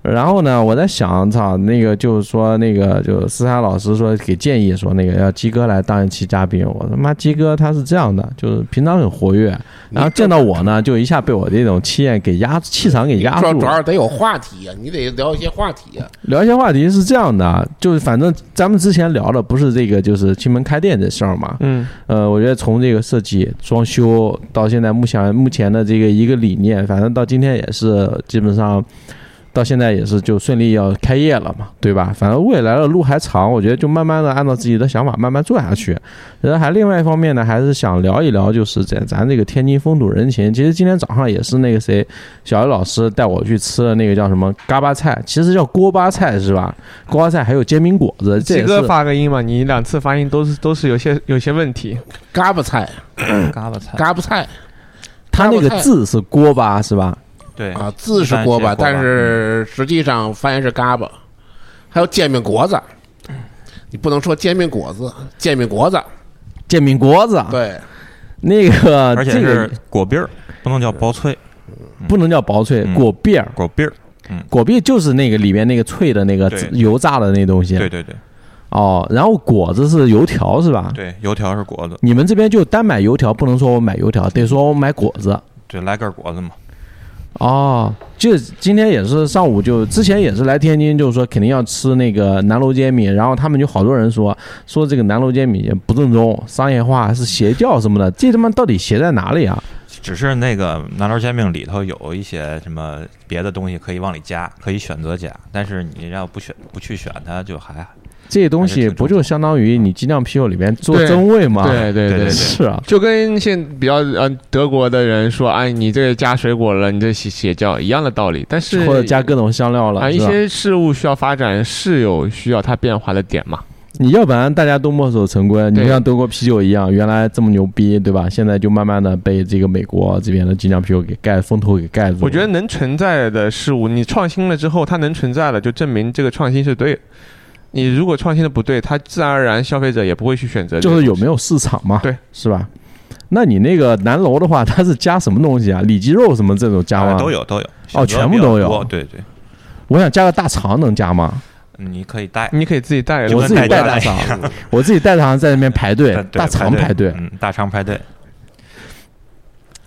然后呢，我在想，操，那个就是说，那个就思涵老师说给建议说，那个要鸡哥来当一期嘉宾。我他妈鸡哥他是这样的，就是平常很活跃，然后见到我呢，就一下被我这种气焰给压气场给压主要住主了。要得有话题呀、你得聊一些话题呀、聊一些话题是这样的，就是反正咱们之前聊的不是这个，就是青门开店这事儿嘛。嗯。呃，我觉得从这个设计、装修到现在目前目前的这个一个理念，反正到今天也是基本上到现在也是就顺利要开业了嘛，对吧？反正未来的路还长，我觉得就慢慢的按照自己的想法慢慢做下去。然后还另外一方面呢，还是想聊一聊，就是在咱这个天津风土人情。其实今天早上也是那个谁，小刘老师带我去吃的那个叫什么嘎巴菜，其实叫锅巴菜是吧？锅巴菜还有煎饼果子，这鸡也哥是发个音嘛，你两次发音都是都是有些有些问题。嘎巴菜，啊 (clears throat) 嘎巴菜，嘎巴菜他那个嘎巴菜字是锅巴是吧？对，啊，字是锅巴，哎一般是锅巴嗯但是实际上翻译是嘎巴。还有煎饼果子，嗯你不能说煎饼果子，煎饼啊果子，煎饼果子，啊对，那个而且这是个果篦儿，不能叫薄脆，不能叫薄脆，嗯果篦儿，果篦儿，果篦就是那个里面那个脆的那个对油炸的那东西。对对对哦，然后果子是油条是吧？对，油条是果子，你们这边就单买油条，不能说我买油条，得说我买果子。对，来根果子嘛，哦，就今天也是上午就之前也是来天津，就是说肯定要吃那个南楼煎饼，然后他们就好多人说说这个南楼煎饼也不正宗，商业化是邪教什么的，这他妈到底邪在哪里啊？只是那个南楼煎饼里头有一些什么别的东西可以往里加，可以选择加，但是你要不选不去选它就还啊这东西不就相当于你精酿啤酒里面做嗯对增味吗？对对对对是啊，就跟现比较呃德国的人说，哎，你这个加水果了，你这邪邪教一样的道理。但是或者加各种香料了，啊，一是吧些事物需要发展是有需要它变化的点嘛。你要不然大家都墨守成规，你就像德国啤酒一样，原来这么牛逼，对吧？现在就慢慢的被这个美国这边的精酿啤酒给盖风头给盖住了。我觉得能存在的事物，你创新了之后，它能存在了，就证明这个创新是对的。你如果创新的不对，它自然而然消费者也不会去选择。就是有没？有市场嘛，对，是吧？那你那个南楼的话，它是加什么东西啊？里脊肉什么这种加吗？啊都。有都有哦全部都有选择比较多对对，我想加个大肠，能加吗？嗯你可以带，你可以自己带。嗯就我跟自己带 (laughs) 大大肠，我自己带大肠在那边排队啊对，大肠排队。嗯，大肠排队，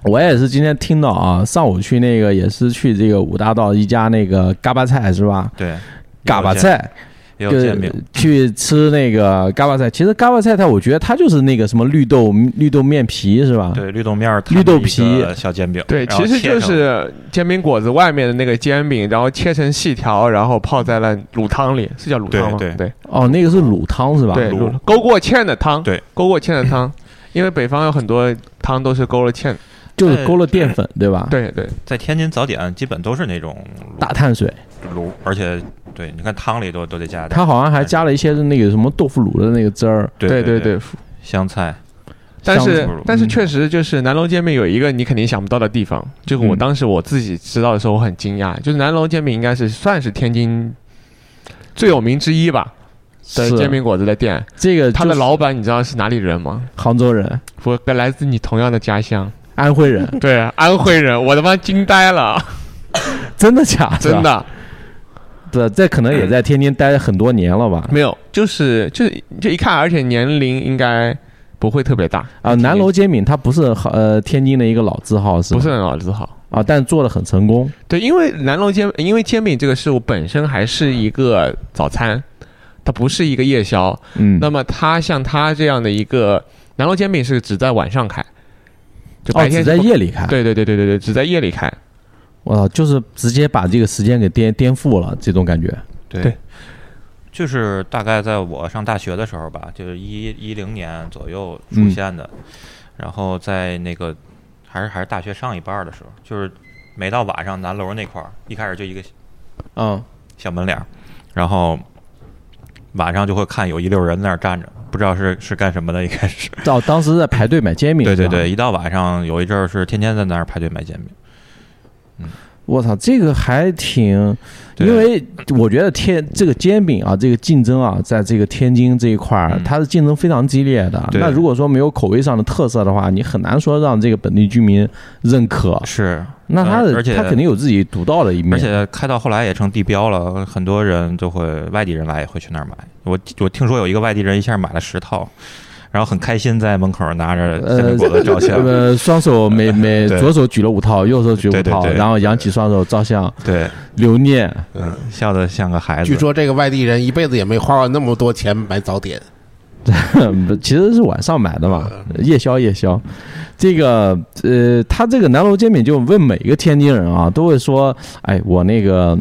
我也是今天听到啊，上午去那个也是去这个五大道一家那个嘎巴菜是吧？对，嘎巴有菜，也有煎饼，去吃那个嘎巴菜。其实嘎巴菜它，我觉得它就是那个什么绿豆绿豆面皮是吧？对，绿豆面儿，啊绿豆皮小煎饼，对，然后其实切就成是煎饼果子外面的那个煎饼，然后切成细条，然后泡在了卤汤里，是叫卤汤吗？对对哦，那个是卤汤是吧？对，卤卤勾过芡的汤，对，勾过芡的汤，因为北方有很多汤都是勾了芡的，就是勾了淀粉对吧？，对对，在天津早点基本都是那种大碳水。卤，而且对，你看汤里都都得加点，它好像还加了一些那个什么豆腐乳的那个汁儿，对对对，对。香菜但香是醋但是嗯确实就是南楼煎饼有一个你肯定想不到的地方，就是我嗯当时我自己知道的时候我很惊讶，就是南楼煎饼应该是算是天津最有名之一吧的是煎饼果子的店，这个他的就是老板你知道是哪里人吗？杭州人、不，来自你同样的家乡，安徽人，对，安徽人，我他妈惊呆了，真的假的？真，的这这可能也在天津待了很多年了吧？没有，就是就是就一看，而且年龄应该不会特别大啊，南楼煎饼它不是呃天津的一个老字号是吧不是很老字号。啊，但做的很成功。对，因为南楼煎，因为煎饼这个事物本身还是一个早餐，它不是一个夜宵。嗯，那么它像它这样的一个南楼煎饼是只在晚上开，就哦，白天只是在不、夜里开，对对对对对对，只在夜里开。我操，就是直接把这个时间给颠颠覆了，这种感觉。对。就是大概在我上大学的时候吧，就是一一零年左右出现的，然后在那个还是还是大学上一半儿的时候，就是每到晚上南楼那块儿，一开始就一个嗯，小门脸儿，然后晚上就会看有一溜人在那儿站着，不知道是是干什么的，一开始。到当时在排队买煎饼。 (laughs) 对对是吧对，， (laughs) 一到晚上有一阵儿是天天在那儿排队买煎饼，我操，这个还挺，对因为我觉得天这个煎饼啊，这个竞争啊，在这个天津这一块儿嗯，它的竞争非常激烈的。对那如果说没有口味上的特色的话，你很难说让这个本地居民认可。是，那它的而且它肯定有自己独到的一面。而且开到后来也成地标了，很多人就会外地人来也会去那儿买。我我听说有一个外地人一下买了十套，然后很开心在门口拿着煎饼果子照相。呃，双手每每对左手举了五套，右手举五对对套，对然后扬起双手照相对，留念。笑得像个孩子。据说这个外地人一辈子也没花过那么多钱买早点， (laughs) 不其实是晚上买的嘛，嗯夜宵夜宵。这个呃，他这个南楼煎饼，就问每个天津人啊，都会说，哎，我那个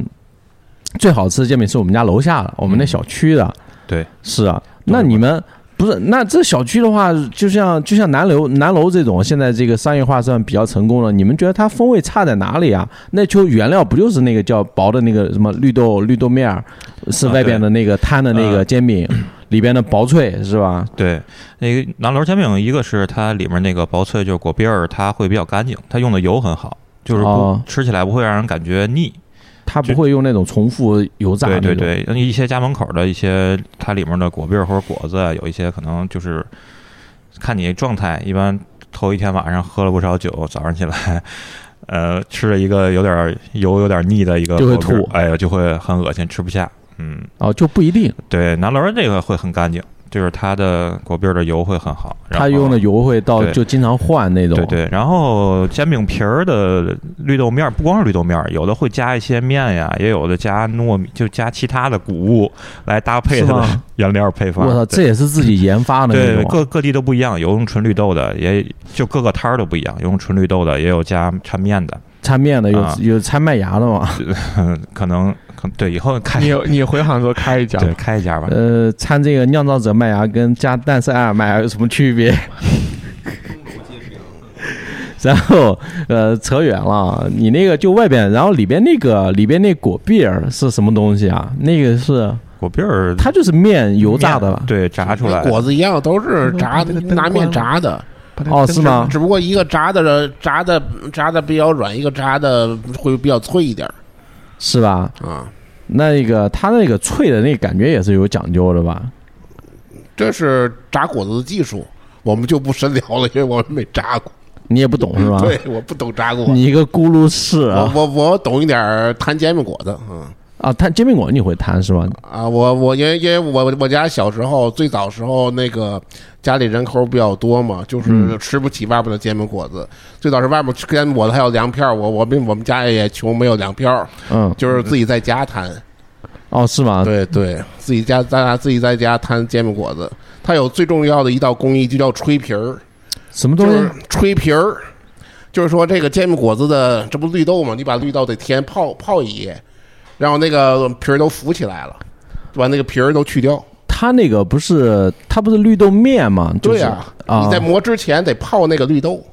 最好吃的煎饼是我们家楼下的，我们那小区的。嗯对，是啊。那你们不是？那这小区的话，就像就像南楼南楼这种，现在这个商业化算比较成功了。你们觉得它风味差在哪里啊？那就原料不就是那个叫薄的那个什么绿豆绿豆面儿，是啊外边对的那个摊的那个呃煎饼，里边的薄脆是吧？对，那个南楼煎饼，一个是它里面那个薄脆，就是果篦儿，它会比较干净，它用的油很好，就是不、哦吃起来不会让人感觉腻。它不会用那种重复油炸对那对种。对，一些家门口的一些它里面的果篦儿或者果子，啊有一些可能就是看你状态，一般头一天晚上喝了不少酒，早上起来。呃，吃了一个有点儿油、有点儿腻的一个就会果篦儿吐哎呀，就会很恶心，吃不下。嗯，哦，就不一定，对，南楼这个会很干净，就是它的果篦儿的油会很好。然它后用的油会到对就经常换那种。对对，然后煎饼皮儿的绿豆面儿不光是绿豆面儿，有的会加一些面呀，也有的加糯米，就加其他的谷物来搭配是它吗的 (laughs) 原料配方。我操，这对也是自己研发的啊那对种。各各地都不一样，有用纯绿豆的，也就各个摊儿都不一样，有用纯绿豆的，也有加掺面的，掺面的有啊有掺麦芽的嘛？嗯，可能可对以后开你你回杭州开一家，对开一家吧。呃，掺这个酿造者麦芽跟加淡色艾尔麦芽有什么区别？ (laughs) 然后呃，扯远了，啊你那个就外边，然后里边那个里边那果篦儿是什么东西啊？那个是果篦儿它就是面油炸的吧？对炸出来，果子一样都嗯是炸的，那个灯拿面光炸的，把它哦蒸是成啊吗只不过一个炸的炸的炸的比较软，一个炸的会比较脆一点儿是吧？啊。那个它那个脆的那个感觉也是有讲究的吧？这是炸果子的技术，我们就不深聊了，因为我们没炸过。你也不 (laughs) 懂 (laughs) 是吧？对，哦我不懂炸果，你一个咕噜士我啊我我懂一点儿摊煎饼果子，嗯啊，摊煎饼果你会摊是吧？啊，我我因为因为我我家小时候最早时候那个家里人口比较多嘛，嗯就是吃不起外边的煎饼果子，最早是外面吃煎饼果子还有粮票，我我们我们家也穷，没有粮票，嗯，就是自己在家摊。哦是吗？对对，自己家咱俩自己在家摊煎饼果子，它有最重要的一道工艺就叫吹皮儿，什么就东西是？吹皮儿，就是说这个煎饼果子的这不绿豆嘛，你把绿豆得添泡泡一夜，然后那个皮儿都浮起来了，把那个皮儿都去掉。它那个不是它不是绿豆面吗？就是、对呀、啊你在磨之前得泡那个绿豆，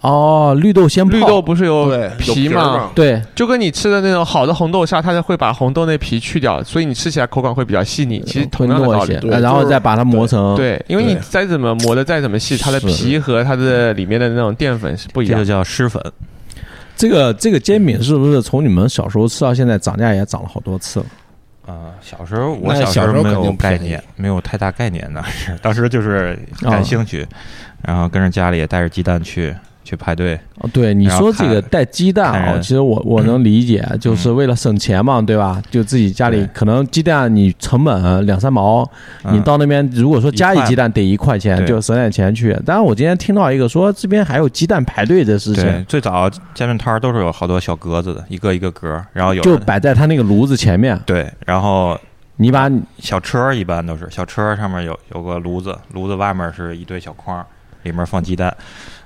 哦，绿豆先泡绿豆不是哦有对，有皮儿吗？嘛？对就跟你吃的那种好的红豆沙，它是会把红豆那皮去掉，所以你吃起来口感会比较细腻。其实会同样的糯道一些理，，对呃就是然后再把它磨成对，因为你对再怎么磨的再怎么细，它的是皮和它的里面的那种淀粉是不一这样就的。叫湿粉。这个这个煎饼是不是从你们小时候吃到现在涨价也涨了好多次了？啊，小时候我那时小时候没肯有定概便宜念，没有太大概念，当时当时就是啊感兴趣，然后跟着家里也带着鸡蛋去去排队，哦，对，你然后说这个看带鸡蛋看嗯啊，人其实我我能理解，就是为了省钱嘛，对吧？就自己家里对可能鸡蛋你成本两三毛，嗯你到那边如果说加一一块鸡蛋得一块钱，对就省点钱去。但是我今天听到一个说这边还有鸡蛋排队的事对情，，最早煎饼摊儿都是有好多小格子的，一个一个格儿，然后有就摆在他那个炉子前面，对，然后你把小车儿一般都是小车儿上面有有个炉子，炉子外面是一堆小筐儿，里面放鸡蛋，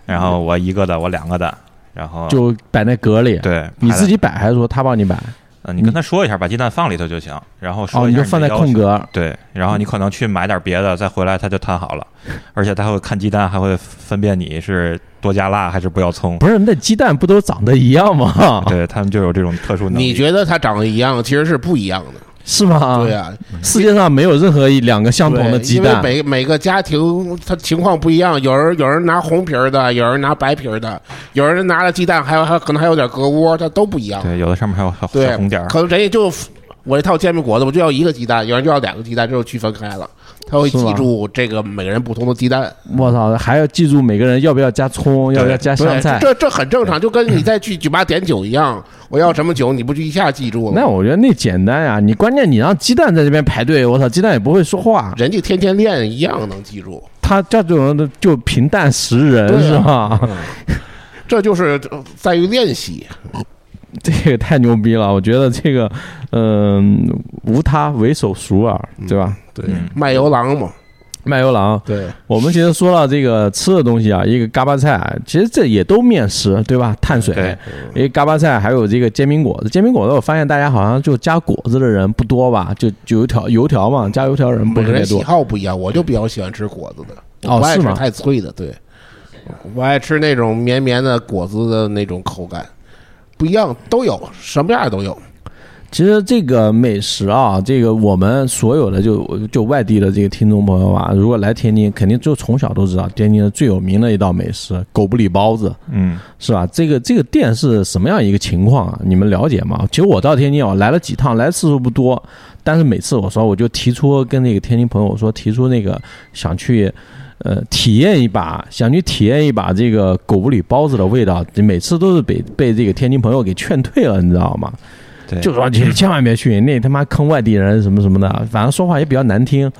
然后我一个的，我两个的，然后就摆那格里，对你排自的己摆还是说他帮你摆？呃你跟他说一下，把鸡蛋放里头就行，然后哦，说你一下就的放在要空求格，对，然后你可能去买点别的，再回来他就摊好了，而且他会看鸡蛋，还会分辨你是多加辣还是不要葱。不是那鸡蛋不都长得一样吗？对他们就有这种特殊能力。你觉得它长得一样，其实是不一样的。 (laughs) 是吗？对呀、世界上没有任何一两个相对，啊同的鸡蛋因为。每每个家庭它情况不一样，有人有人拿红皮儿的，有人拿白皮儿的，有人拿了鸡蛋，还有还可能还有点隔窝，它都不一样。对，有的上面还有小对小红点儿。可能人家就我这套煎饼果子，我就要一个鸡蛋，有人就要两个鸡蛋，这就区分开了。他会是吗记住这个每个人不同的鸡蛋，我操，还要记住每个人要不要加葱，要不要加香对，哎啊菜。这这很正常，就跟你在去酒吧点酒一样，我要什么酒，你不就一下记住了吗？那我觉得那简单呀、你关键你让鸡蛋在这边排队，我操，鸡蛋也不会说话，人家天天练一样能记住，他这种人就平淡识人、对啊是吧？ (laughs) 这就是呃在于练习。这个太牛逼了，我觉得这个，嗯、无他唯手熟尔，对吧？对嗯卖油郎嘛，卖油郎，对，我们其实说到这个吃的东西啊，一个嘎巴菜，其实这也都面食，对吧？碳水，对一个嘎巴菜，还有这个煎饼果子。煎饼果子，我发现大家好像就加果子的人不多吧？就就油条，油条嘛，加油条人不是每个特别人喜多。好不一样，我就比较喜欢吃果子的，哦我不爱是吃吗太脆的，对，我爱吃那种绵绵的果子的那种口感，不一样都有，什么样都有。其实这个美食啊，这个我们所有的就就外地的这个听众朋友啊，如果来天津，肯定就从小都知道天津的最有名的一道美食狗不理包子，嗯，是吧？这个这个店是什么样一个情况啊？你们了解吗？其实我到天津啊，来了几趟，来次数不多，但是每次我说我就提出跟那个天津朋友我说提出那个想去。呃，体验一把，想去体验一把这个狗不理包子的味道，每次都是被被这个天津朋友给劝退了，你知道吗？对，就说 (laughs) 你千万别去，那他妈坑外地人什么什么的，反正说话也比较难听。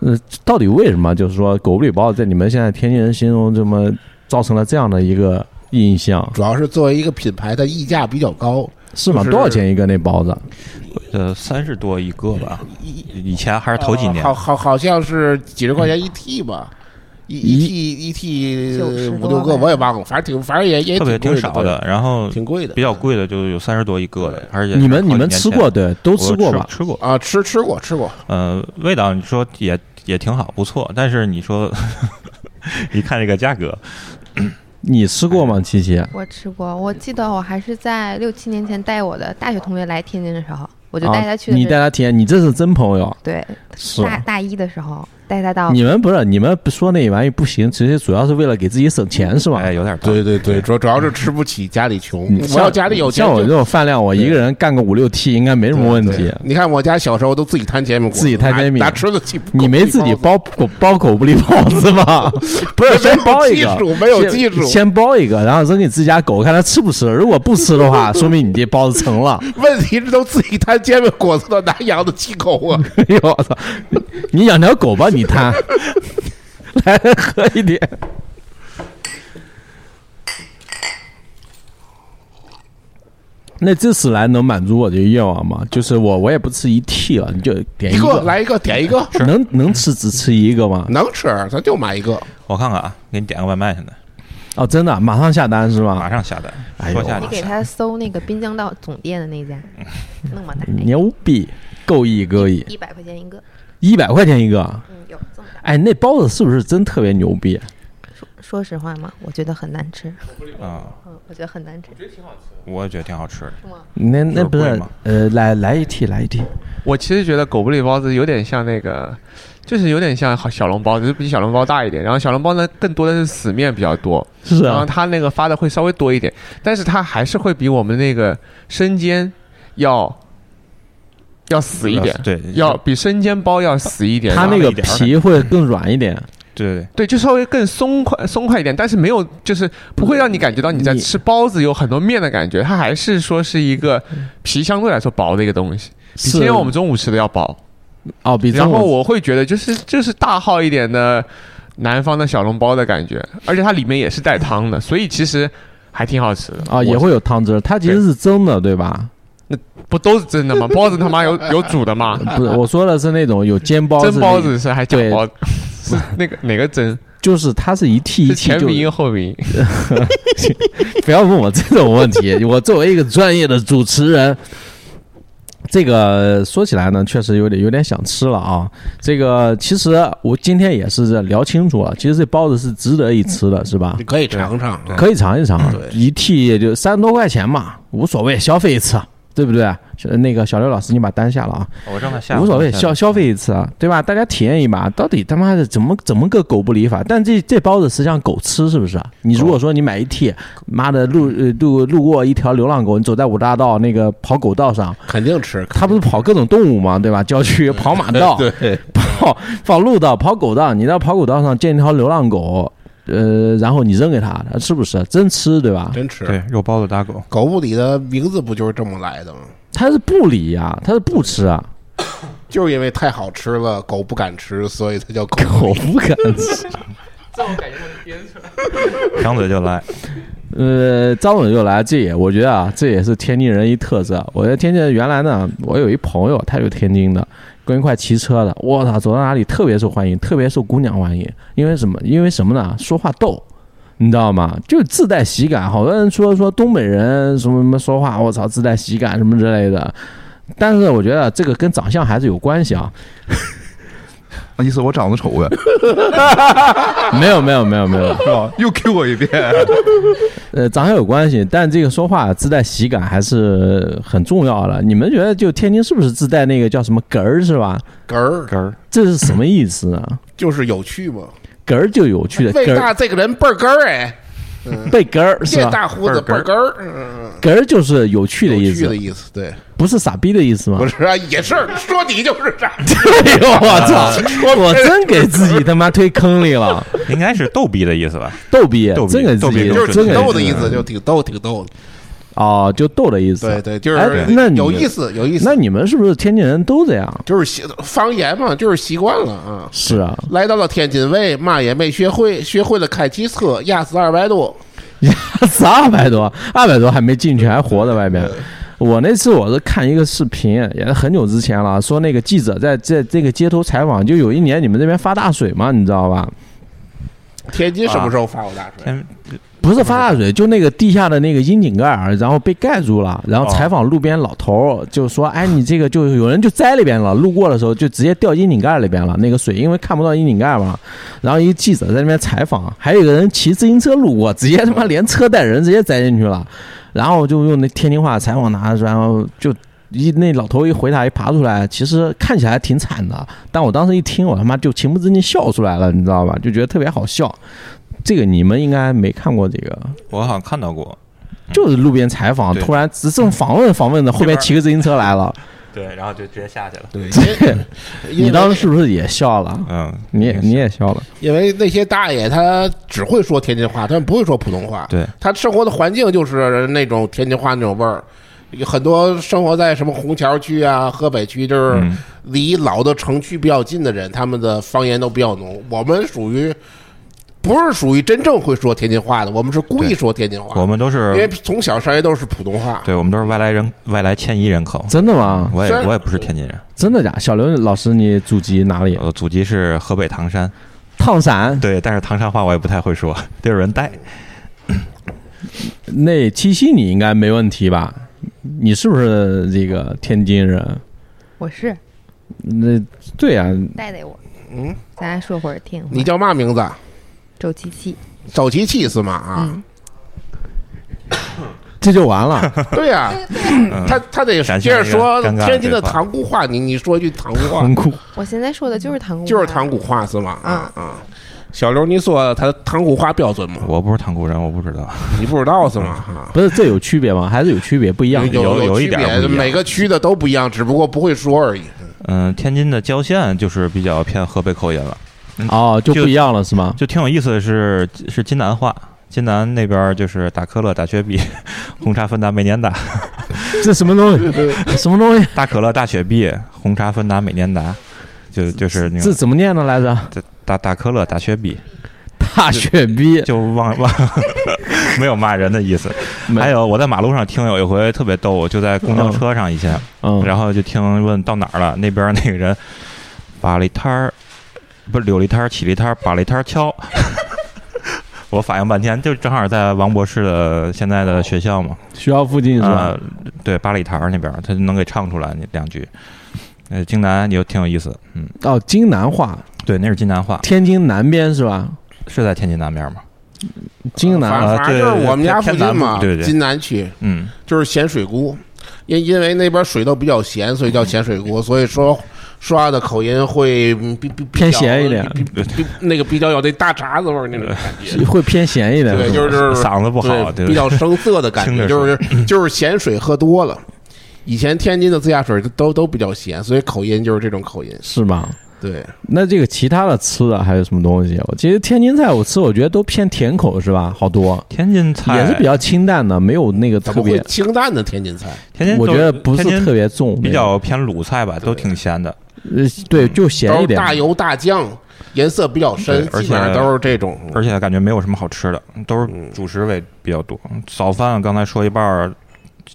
呃，到底为什么就是说狗不理包子在你们现在天津人心中这么造成了这样的一个印象，主要是作为一个品牌，它溢价比较高，是吗？就是多少钱一个那包子？呃，三十多一个吧，以前还是头嗯几年呃好。好好像是几十块钱一屉吧，一嗯一屉一屉90五六个多吧我也忘了，反正挺反正也也特别挺挺贵少的，然后对挺贵的，比较贵的就有三十多一个的，而且你们是好几你们年吃前过对，都我吃过吧？吃过，啊，吃吃过吃过，呃，味道你说也也挺好，不错。 (laughs) 但是你说，一看这个价格，你吃过吗，琪琪？我吃过，我记得我还是在六七年前带我的大学同学来天津的时候，我就带他去啊的你是、带他体验，你这是真朋友。对是大大一的时候带他哦到你们不是你们说那玩意不行，其实主要是为了给自己省钱是吧？哎，有点棒对对对，主主要是吃不起，家里穷。嗯我要家里有钱像我这就，种饭量，我一个人干个五六屉应该没什么问题。你看我家小时候都自己摊煎饼果子，自己摊煎饼哪哪吃得起狗？你没自己包口包口不离包子 (laughs) 吗？不是，先包一个技，术没有技术先，先包一个，然后扔给自家狗，看它吃不吃。如果不吃的 (laughs) 话，说明你这包子成了。问题是都自己摊煎饼果子的，哪养得起狗啊？哎呦我操！你养条狗吧，你贪。 (laughs) 来喝一点，那这次来能满足我的愿望吗？就是我我也不吃一屉了，你就点一一个来一个，点一个，能能吃只吃一个吗？能吃咱就买一个。我看看啊，给你点个外卖，现在哦，真的，马上下单是马吧？上下单，哎呦说下你就给下。他搜那个滨江道总店的 (laughs) 那家，那么大一牛逼，够一个亿，一百块钱一个，一百块钱一个。嗯，有这么大。哎，那包子是不是真特别牛逼？说实话嘛，我觉得很难吃，嗯，嗯， (laughs) 我觉得很难吃，我也觉得挺好吃的。是吗？那那就是不贵是嘛呃，来来一屉，来一屉。我其实觉得狗不理包子有点像那个，就是有点像小笼包，只是比小笼包大一点。然后小笼包呢，更多的是死面比较多，是然后啊，它那个发的会稍微多一点，但是它还是会比我们那个生煎要要死一点，对，要比生煎包要死一点。它然后那个一点儿皮会更软一 (laughs) 点。对对对，就稍微更松快松快一点，但是没有就是不会让你感觉到你在你吃包子有很多面的感觉，它还是说是一个皮相对来说薄的一个东西，比今是天我们中午吃的要薄。哦，比然中后午我会觉得就是就是大号一点的南方的小笼包的感觉，而且它里面也是带汤的，所以其实还挺好吃的啊也我会有汤汁儿，它其实是蒸的，对吧？不都是真的吗？包子他妈有有煮的吗？不是，我说的是那种有煎 (laughs) 包子， (laughs) 蒸包，子是还假对包子？是那个哪个蒸？就是它是一 (laughs) 屉一是屉前就鼻音后鼻音？不要问我这种问题。 (laughs) 我作为一个专业的主持人，这个说起来呢，确实有点有点想吃了啊。这个其实我今天也是聊清楚了，其实这包子是值得一吃的，是吧你？可以尝尝，对可以尝一尝嗯啊对，一屉也就三十多块钱嘛，无所谓，消费一次，对不对？小那个小刘老师，你把单下了啊。对，我正在下。无所谓，下消消费一次啊，对吧？大家体验一把，到底他妈的怎么怎么个狗不理法？但这这包子实际上狗吃是不是啊？你如果说你买一屉，妈的路呃路路过一条流浪狗，你走在五大道那个跑狗道上，肯定吃。它不是跑各种动物嘛，对吧？郊区跑马 (laughs) 道，对，跑跑路道，跑狗道，你到跑狗道上见一条流浪狗，呃，然后你扔给它，它吃不吃？真吃对吧？真吃。对肉包子打狗，狗不理的名字不就是这么来的吗？它是不理呀、它是不吃 (laughs) 啊，就是因为太好吃了，狗不敢吃，所以它叫狗不狗理。不敢吃。张嘴就来。呃，张总就来，这也我觉得啊，这也是天津人一特色。我在天津人原来呢，我有一朋友，他就是天津的，跟一块骑车的，我操，走到哪里特别受欢迎，特别受姑娘欢迎。因为什么？因为什么呢？说话逗，你知道吗？就自带喜感。好多人说说东北人什么什么说话，我操，自带喜感什么之类的。但是我觉得这个跟长相还是有关系啊。那意思我长得丑呗，没有，没有，没有，没有。是吧？又 Q 我一遍，呃，长相有关系，但这个说话自带喜感还是很重要的。你们觉得，就天津是不是自带那个叫什么“哏儿”是吧？哏儿根儿这是什么意思呢？就是有趣嘛。哏儿就有趣的魏哏儿大这个人倍儿哏儿哎，被哏儿是这吧？大胡子倍倍儿儿哏儿，嗯哏儿就是有趣的意有趣的思，意思。对，不是傻逼的意思吗不？是啊，也是说你就是这样。哎呦我啊 (laughs) 操！我真给自己他妈推坑里了，应该是逗逼的意思吧？逗逼逗，逼真给自逗逼己，就是真挺给逗自的己意思，就挺逗，挺逗的。哦，就逗的意思。对对，就是哎那你有意思，有意思。那你们是不是天津人都这样？就是习方言嘛，就是习惯了啊。是啊，来到了天津卫，嘛也没学会，学会了开汽车，压死二百多。 (laughs) 死二百多，二百多还没进去，还活在外面。我那次我是看一个视频，也是很久之前了，说那个记者在在这个街头采访，就有一年你们这边发大水嘛，你知道吧？天津什么时候发过大水？天，不是发大水，就那个地下的那个窨井盖儿，然后被盖住了，然后采访路边老头儿，就说：“哎，你这个就有人就栽里边了，路过的时候就直接掉窨井盖里边了，那个水因为看不到窨井盖嘛。”然后一个记者在那边采访，还有一个人骑自行车路过，直接他妈连车带人直接栽进去了，然后就用那天津话采访他，然后就一那老头一回答一爬出来，其实看起来挺惨的，但我当时一听，我他妈就情不自禁笑出来了，你知道吧？就觉得特别好笑。这个你们应该没看过这个，我好像看到过，就是路边采访，对突然只正访问访问的，后边骑个自行车来了，对，然后就直接下去了。对， (laughs) 因为你当时是不是也笑了？嗯，你也你也笑了，因为那些大爷他只会说天津话，他们不会说普通话。对，他生活的环境就是那种天津话那种味儿。有很多生活在什么虹桥区啊、河北区，就是嗯离老的城区比较近的人，他们的方言都比较浓。我们属于不是属于真正会说天津话的，我们是故意说天津我话，们都是因为从小上学都是普通话。对，我们都是外来人，外来迁移人口。真的吗？我也虽然我也不是天津人，真的假？小刘老师，你祖籍哪里？我祖籍是河北唐山，烫伞。呃对，但是唐山话我也不太会说，得有人带。那七夕你应该没问题吧？你是不是这个天津人？我是那对呀、带带我，嗯，咱俩说会儿天话。你叫嘛名字？啊周七七，赵琪琪是吗？啊，嗯，这就完了。 (laughs) 对呀、他他得展接现着一个说尴尬的天津的对话塘沽话，你你说一句塘沽话。很酷，我现在说的就是唐古，嗯就是塘沽话是吗？啊啊啊！小刘，你说他塘沽话标准吗？我不是塘沽人，我不知道。你不知道是吗？啊，不是这有区别吗？还是有区别，不一样。有有一区别点不一样每个区的都不一样，只不过不会说而已。嗯，天津的郊县就是比较偏河北口音了，哦，就不一样了是吗？就挺有意思的是是津南话。津南那边就是打可乐、打雪碧、 (laughs) 红茶芬达、美年达、这什么东西？什么东西？大可乐、大雪碧、红茶芬达、美年达，就就是那这种怎么念的来着？打打可乐、打雪碧，大雪逼，就忘 (laughs) 忘没有骂人的意思。没还有我在马路上听有一回特别逗，我就在公交车上以前，嗯，然后就听问到哪儿了，那边那个人把了一摊儿，不是柳了一摊儿，起了一摊儿，把了一摊儿敲。 (laughs) 我反应半天，就正好在王博士的现在的学校嘛，学校附近是吧？啊，对，八里台儿那边儿，他就能给唱出来那两句。呃，京南也挺有意思，嗯，哦，津南话，对，那是津南话，天津南边是吧？是是在天津南边嘛，津南反啊反正就对是我们家附偏近嘛，偏南部对对津南区嗯，就是咸水沽，因因为那边水都比较咸，所以叫咸水沽，所以说。说话的口音会嗯比比比偏较咸一点比比比那个比较有那大碴子味儿那种感觉，会偏咸一点，对，是吧就是就是嗓子不好，对，对，比较生涩的感 (laughs) 听觉，着就是就是咸水喝多了。以前天津的自驾水都都都比较咸，所以口音就是这种口音。是吧？对，那这个其他的吃的还有什么东西？啊我其实天津菜我吃，我觉得都偏甜口是吧？好多天津菜也是比较清淡的，没有那个怎特么会别，清淡的天津菜？天津我都，觉得不是天津特别重，比较嗯偏鲁菜吧，都挺咸的，呃对，就都咸一是点。大油大酱，颜色比较深，对而且基本上都是这种。嗯而且感觉没有什么好吃的，都是主食为比较多。早饭刚才说一半儿，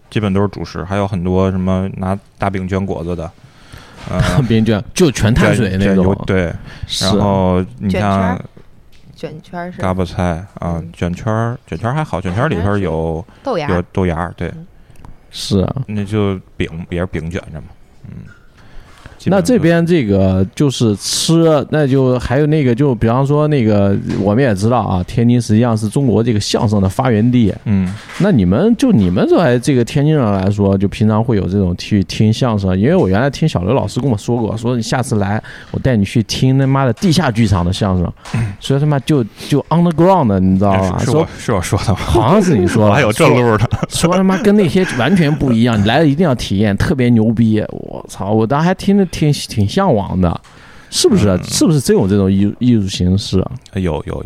基本都是主食，还有很多什么拿大饼卷果子的，嗯、边卷就 (laughs) 全碳水卷那卷油种，，对，是啊然后你卷圈像儿卷圈儿是嘎巴菜啊嗯，卷圈儿，卷圈儿还好，卷圈儿里头有豆芽有儿，嗯豆芽儿，对，是啊。那就饼也是饼卷着嘛，嗯。基本那上这就边这个就是吃，那就还有那个，就比方说那个，我们也知道啊，天津实际上是中国这个相声的发源地。嗯，那你们就你们作为这个天津人来说，就平常会有这种去听相声，因为我原来听小刘老师跟我说过，说你下次来，我带你去听他妈的地下剧场的相声，所以他妈就就 underground 的，你知道吧？哎是啊是说哦我是我说的吗？好像是你说我的，还有这说路呢，说他妈跟那些完全不一样，你来了一定要体验，特别牛逼！我操，我当时还听着挺挺向往的，是不是？嗯是不是真有这种艺术艺术形式啊？有有有，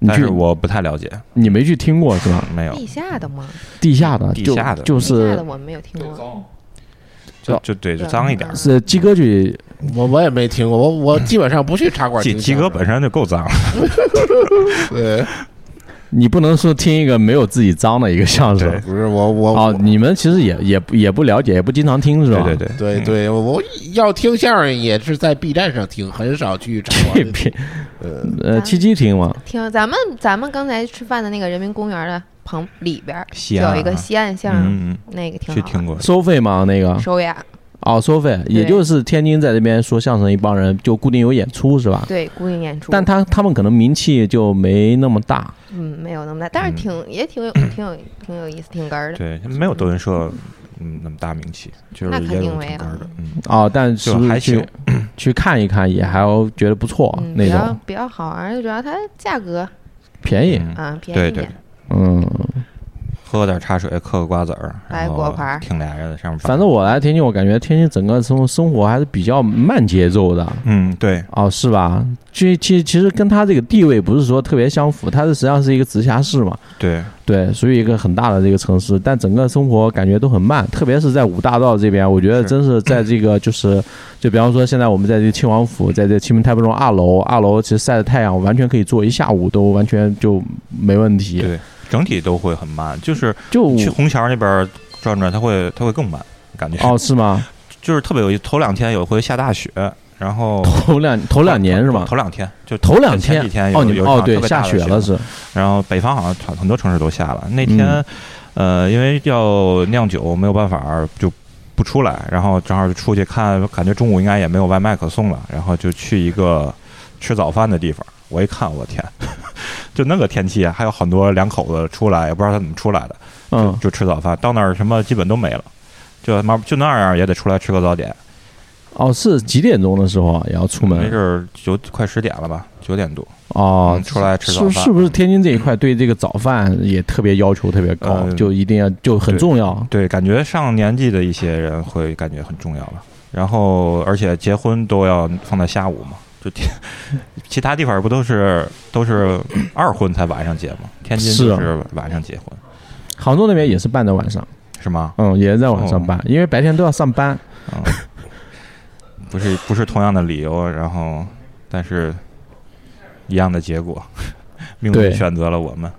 你但去是我不太了解，你没去听过是吧？没有地下的吗？地下的，地下的就就地下的是我没有听过，就就对，就脏一点儿。是鸡哥去，我我也没听过，我我基本上不去茶 (laughs) 馆鸡听鸡相哥声。本身就够脏了，对，你不能说听一个没有自己脏的一个相声对不是我我哦我，你们其实也也不也不了解，也不经常听是吧？对对对对，对，我我要听相声也是在 B 站上听，很少去茶馆这里听。边呃呃，七七听吗？听咱们咱们刚才吃饭的那个人民公园的旁里边儿西安啊有一个西岸相声，嗯，那个挺嗯，好去玩听过，收费吗？那个收呀，哦，收费，也对就是天津在这边说相声一帮人就固定有演出是吧？对，固定演出，但他他们可能名气就没那么大，嗯没有那么大，但是嗯挺也挺有挺有挺有意思，挺哏儿的。对，没有德云社嗯那么大名气，就那是肯也有定挺没有根儿的，嗯，啊、但是就不是还去行， (clears throat) 去看一看也还觉得不错、嗯，那比较种比较好玩儿，主要它价格便宜，嗯啊便宜对一对点，，嗯，喝点茶水，嗑个瓜子儿，来然后果盘儿挺俩人在上面，反正我来天津，我感觉天津整个生活生活还是比较慢节奏的。嗯对，哦，是吧？其其其实跟它这个地位不是说特别相符，它是实际上是一个直辖市嘛，对，对，属于一个很大的这个城市，但整个生活感觉都很慢，特别是在五大道这边，我觉得是真是在这个就是，就比方说现在我们在这个亲王府，在这清明太不容二楼，二楼其实晒着太阳，完全可以坐一下午都完全就没问题。对整体都会很慢，就是就去虹桥那边转转，它会它会更慢，感觉哦，是吗？就是特别有意思。头两天有一回下大雪，然后头两头两年是吗？哦头两天就头两前天前几天有哦，你们有一哦场对特别下大的雪了是然后北方好像很很多城市都下了。那天，呃，因为要酿酒，没有办法就不出来，然后正好就出去看，感觉中午应该也没有外卖可送了，然后就去一个吃早饭的地方。我一看，我天， (laughs) 就那个天气啊，还有很多两口子出来，也不知道他怎么出来的，嗯就吃早饭。到那儿什么基本都没了，就他妈就那样也得出来吃个早点。哦是几点钟的时候啊也要出没门准儿九快十点了吧，九点多哦嗯，出来吃早是饭。是不是天津这一块对这个早饭也特别要求特别高，嗯就一定要就很对重要。对，感觉上年纪的一些人会感觉很重要了。然后，而且结婚都要放在下午嘛，就天，其他地方不都是都是二婚才晚上结吗？天津是就啊是晚上结婚，杭州那边也是办在晚上，是吗？嗯，也是在晚哦上办，因为白天都要上班。嗯，不是不是同样的理由，然后但是一样的结果，命对运选择了我们。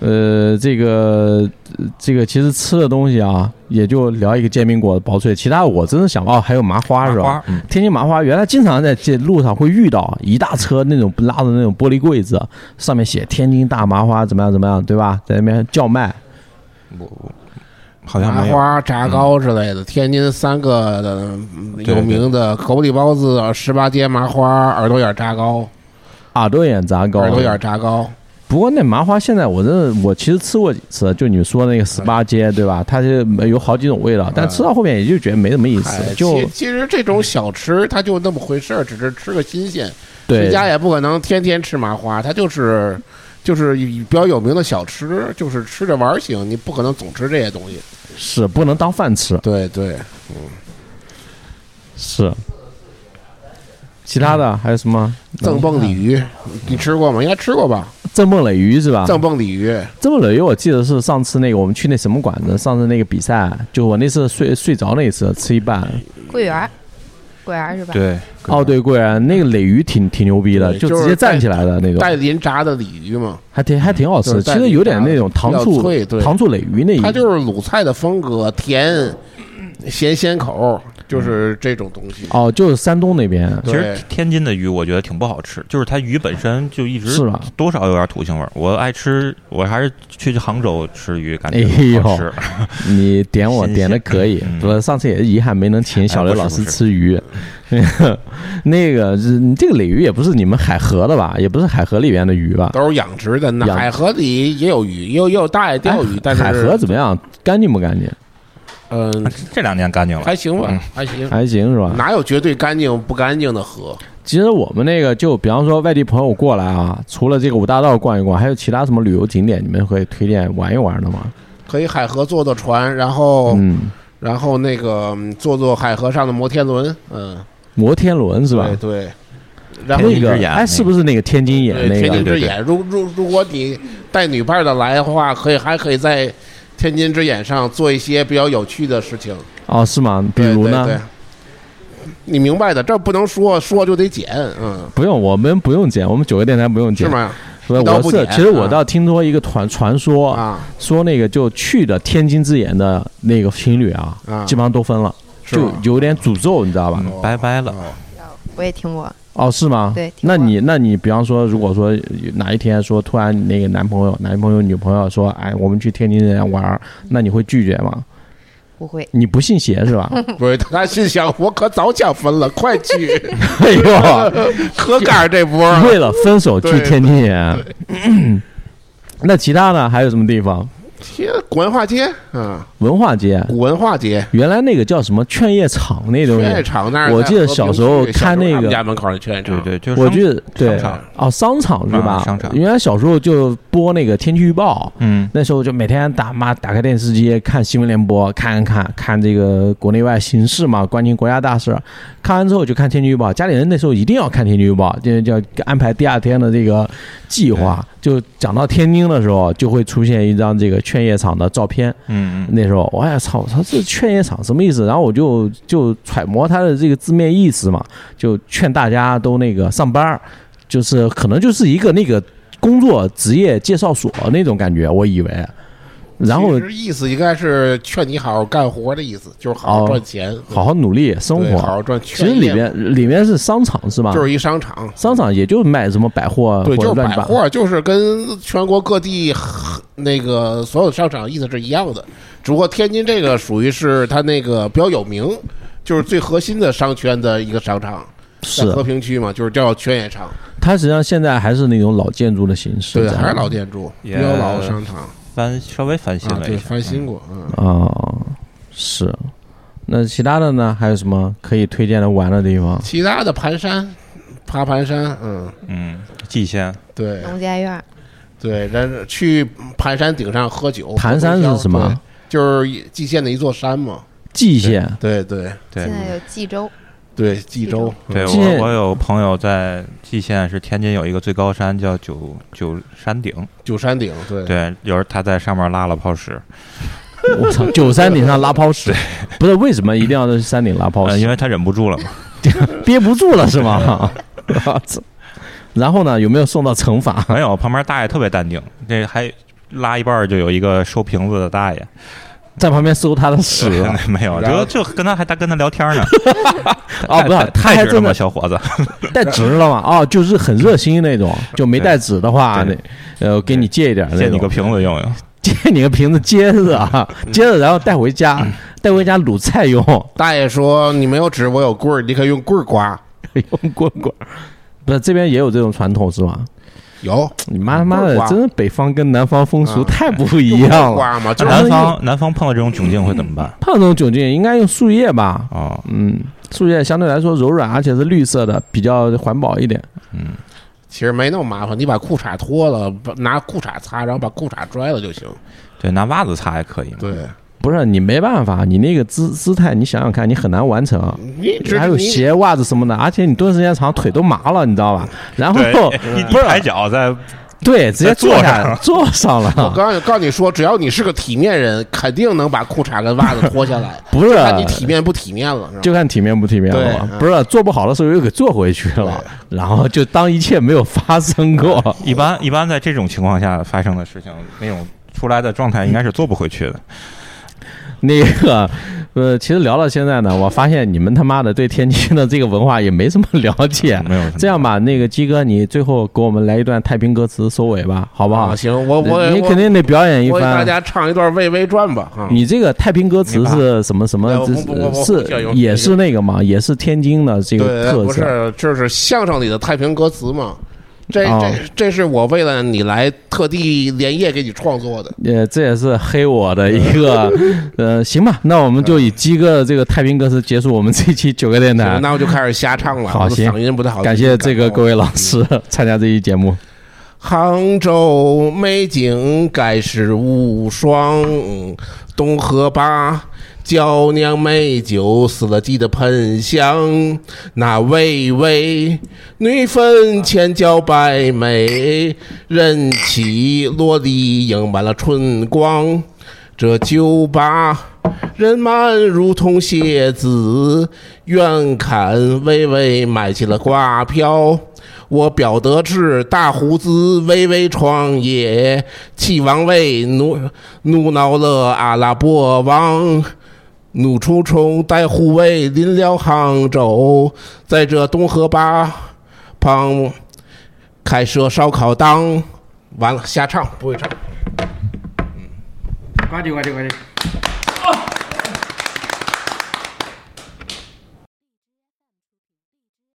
呃，这个呃这个其实吃的东西啊，也就聊一个煎饼果子、薄脆，其他我真的想不到哦，还有麻花是吧？花，嗯，天津麻花原来经常在这路上会遇到一大车那种拉着那种玻璃柜子，上面写“天津大麻花”怎么样怎么样，对吧？在那边叫卖。我我好像麻没有。嗯花、炸糕之类的。天津三个的嗯对有名的狗不理包子、十八街麻花、耳朵眼炸糕、耳朵眼啊炸糕，耳朵眼炸糕。不过那麻花现在我真的我其实吃过几次，就你说那个十哎八街对吧？它是有好几种味道，但吃到后面也就觉得没什么意思，哎，就其其实这种小吃它就那么回事儿，只是吃个新鲜。谁对家也不可能天天吃麻花，它就是就是比较有名的小吃，就是吃着玩儿行，你不可能总吃这些东西。是不能当饭吃，对对，是。其他嗯的还有什么？赠蹦鲤鱼你吃过吗？应该吃过吧？赠蹦鲤鱼是啊吧？赠蹦鲤鱼，赠蹦鲤鱼，我记得是上次那个我们去那什么馆子，上次那个比赛，就我那次睡睡着那一次，吃一半。哎桂圆儿，桂圆儿是吧？对，哦，对，贵然那个鲤鱼挺挺牛逼的，对就就是直接站起来的那带种，鳞炸的鲤鱼嘛，还挺还挺好就吃。是其带实有点那种糖比较醋脆对糖醋鲤鱼那一它就是鲁菜的风格，甜咸鲜口，就是这种东西。嗯哦，就是山东那边其对实天津的鱼我觉得挺不好吃，就是它鱼本身就一直是吧？多少有点土腥味儿。我爱吃，我还是去杭州吃鱼，感哎觉呦好吃。 (laughs) 你点我新点的鲜可以嗯，不、上次也是遗憾没能请小刘哎不是老师不是吃鱼。 (laughs) 那个是你这个鲤鱼也不是你们海河的吧？也不是海河里边的鱼吧？都是养殖的，那养海河里也有鱼，也有也有大海钓鱼，但是哎海河怎么样？干净不干净？嗯这两年干净了，还行吧嗯，还行，还行是吧？哪有绝对干净不干净的河？其实我们那个就比方说外地朋友过来啊，除了这个五大道逛一逛，还有其他什么旅游景点你们会推荐玩一玩的吗？可以海河坐坐船，然后、嗯，然后那个嗯坐坐海河上的摩天轮，嗯，摩天轮是吧？对对。然后天那津个之眼哎，那是不是那个天津眼对那天津个？之对对眼，如如如果你带女伴儿的来的话，可以还可以在天津之眼上做一些比较有趣的事情，哦，是吗？比对如呢？对对你明白的，这不能说说就得剪，嗯，不用，我们不用剪，我们九个电台不用是剪。吗？不是，一刀我不是剪其实我啊倒听说一个传传说，啊，说那个就去的天津之眼的那个情侣啊，啊基本上都分了，是就吗有点诅咒，你知道吧？嗯拜拜了。哦我也听过，哦，是吗？对听那过你那你比方说，如果说有哪一天说突然那个男朋友、男朋友、女朋友说，哎，我们去天津之眼玩儿，嗯那你会拒绝吗？不会，你不信邪 (laughs) 是吧？不是，他心想我可早想分了，快 (laughs) 去，哎呦，可赶上这波为了分手去对 (clears throat) 天津眼。那其他呢？还有什么地方？天，古文化街啊，文化街，古文化街，原来那个叫什么劝业场那东西，劝业场那儿。我记得小时候看那个小时候他们家门口的劝业对场，对，就是我商记得对商场哦，商场是吧？啊商场原来小时候就播那个天气预报，嗯，那时候就每天打妈打开电视机看新闻联播，看看看这个国内外形势嘛，关心国家大事。看完之后就看天气预报，家里人那时候一定要看天气预报，就就要安排第二天的这个计划。就讲到天津的时候，就会出现一张这个劝业场的照片。嗯嗯那时候，我哎呀操，我操这劝业场什么意思？然后我就就揣摩它的这个字面意思嘛，就劝大家都那个上班儿，就是可能就是一个那个工作职业介绍所那种感觉，我以为。然后其实意思应该是劝你好好干活的意思，就是好好哦赚钱，好好努力生对好活。好赚。其实里啊劝业面里面是商场是吧？就是一商场，商场也就卖什么百货啊或对，就者是乱百七八。货，就是跟全国各地那个所有商场意思是一样的，只不过天津这个属于是它那个比较有名，就是最核心的商圈的一个商场，在是和，平区嘛，就是叫全野场，它实际上现在还是那种老建筑的呃形式对，在。还是老建筑，比也较老的商场翻稍微翻新啊，了对，一下，翻新过，嗯，哦，是。那其他的呢？还有什么可以推荐的玩的地方？其他的盘山，爬盘山，嗯，嗯，蓟县对农家院儿，对，但是去盘山顶上喝酒，盘山是什么对？就是蓟县的一座山嘛，蓟 (laughs) 县对对对现。在有冀州，对，蓟州，对蓟县我，我有朋友在蓟县，是天津有一个最高山叫九九山顶，九山顶，对对，有人他在上面拉了泡屎，我操，九山顶上拉泡屎，不是为什么一定要在山顶拉泡呃，屎？因为他忍不 (laughs) 住了嘛。憋不住了是 (laughs) 吗？我操然后呢，有没有送到惩罚？没有，旁边大爷特别淡定，那还拉一半儿就有一个收瓶子的大爷，在旁边收他的屎没有，然后就就跟他还他跟他聊天呢。哦，不是他 (laughs) 太，还太直了真吗，的小伙子？带纸了嘛？哦，就是很热心那种，就没带纸的话，那对呃，给你借一点儿那借种，你个嗯瓶子用用。 (laughs) 借你个瓶子接着啊，接着然后带回 (laughs) 家，带回家卤菜用，大爷说：“你没有纸，我有棍儿，你可以用棍儿刮。 (laughs) 用棍棍。不是这边也有这种传统是嗯吧？”有你妈他妈棍的儿刮，真是北方跟南方风俗啊太不一用样棍啊啊儿了。刮嘛，就是南方南方碰到这种窘境会怎么办？胖这种窘境应该用树叶吧？哦，嗯，树叶相对来说柔软，而且是绿色的，比较环保一点。其实没那么麻烦，你把裤衩脱了，把拿裤衩擦，然后把裤衩拽了就行。对，拿袜子擦也可以 (laughs) 嘛。对，不是你没办法，你那个姿姿态，你想想看，你很难完成啊。你只还有你鞋、袜子什么的，而且你蹲时间长，腿都麻了，你知道吧？然后对，一不一是抬脚在对，直接坐坐下上来坐上我了，，刚才告诉你说，只要你是个体面人，肯定能把裤衩跟袜子脱下来 (laughs) 不是看你体面不体面了。是吧就看体面不体面了嘛。嗯对嗯不是做不好的时候又给做回去了，然后就当一切没有发生过。嗯一般一般在这种情况下发生的事情，那种出来的状态应该是做不回去的。那个，呃，其实聊到现在呢，我发现你们他妈的对天津的这个文化也没什么了 (laughs) 解。没有什么这样吧，那个鸡哥，你最后给我们来一段太平歌词收尾吧，好不好啊，？行，我我你我肯定得表演一我给大番。家唱一段《魏巍传》吧。啊，你这个太平歌词是什么什么哎我？这不不不不是这有是也是那个嘛，也是天津的这个对，特不色。是，这是相声里的太平歌词嘛。这哦这这是我为了你来特地连夜给你创作的。呃，这也是黑我的一个， (laughs) 呃，行吧，那我们就以鸡哥的这个太平歌词结束我们这期九个电台行，。那我就开始瞎唱了，好我的行嗓音不太好。感谢这个各位。位老师嗯参加这期节目。杭州美景盖世无双，东河坝娇娘美酒死了鸡的喷香，那巍巍女粉千娇百媚，任其落地映满了春光。这酒吧人满如同蝎子，远看微微买起了挂票。我表得志，大胡子微微创业，弃王位奴奴恼了阿拉伯王。奴出冲带护卫临了杭州，在这东河坝旁开设烧烤档。完了，瞎唱，不会唱。呱唧呱唧呱唧。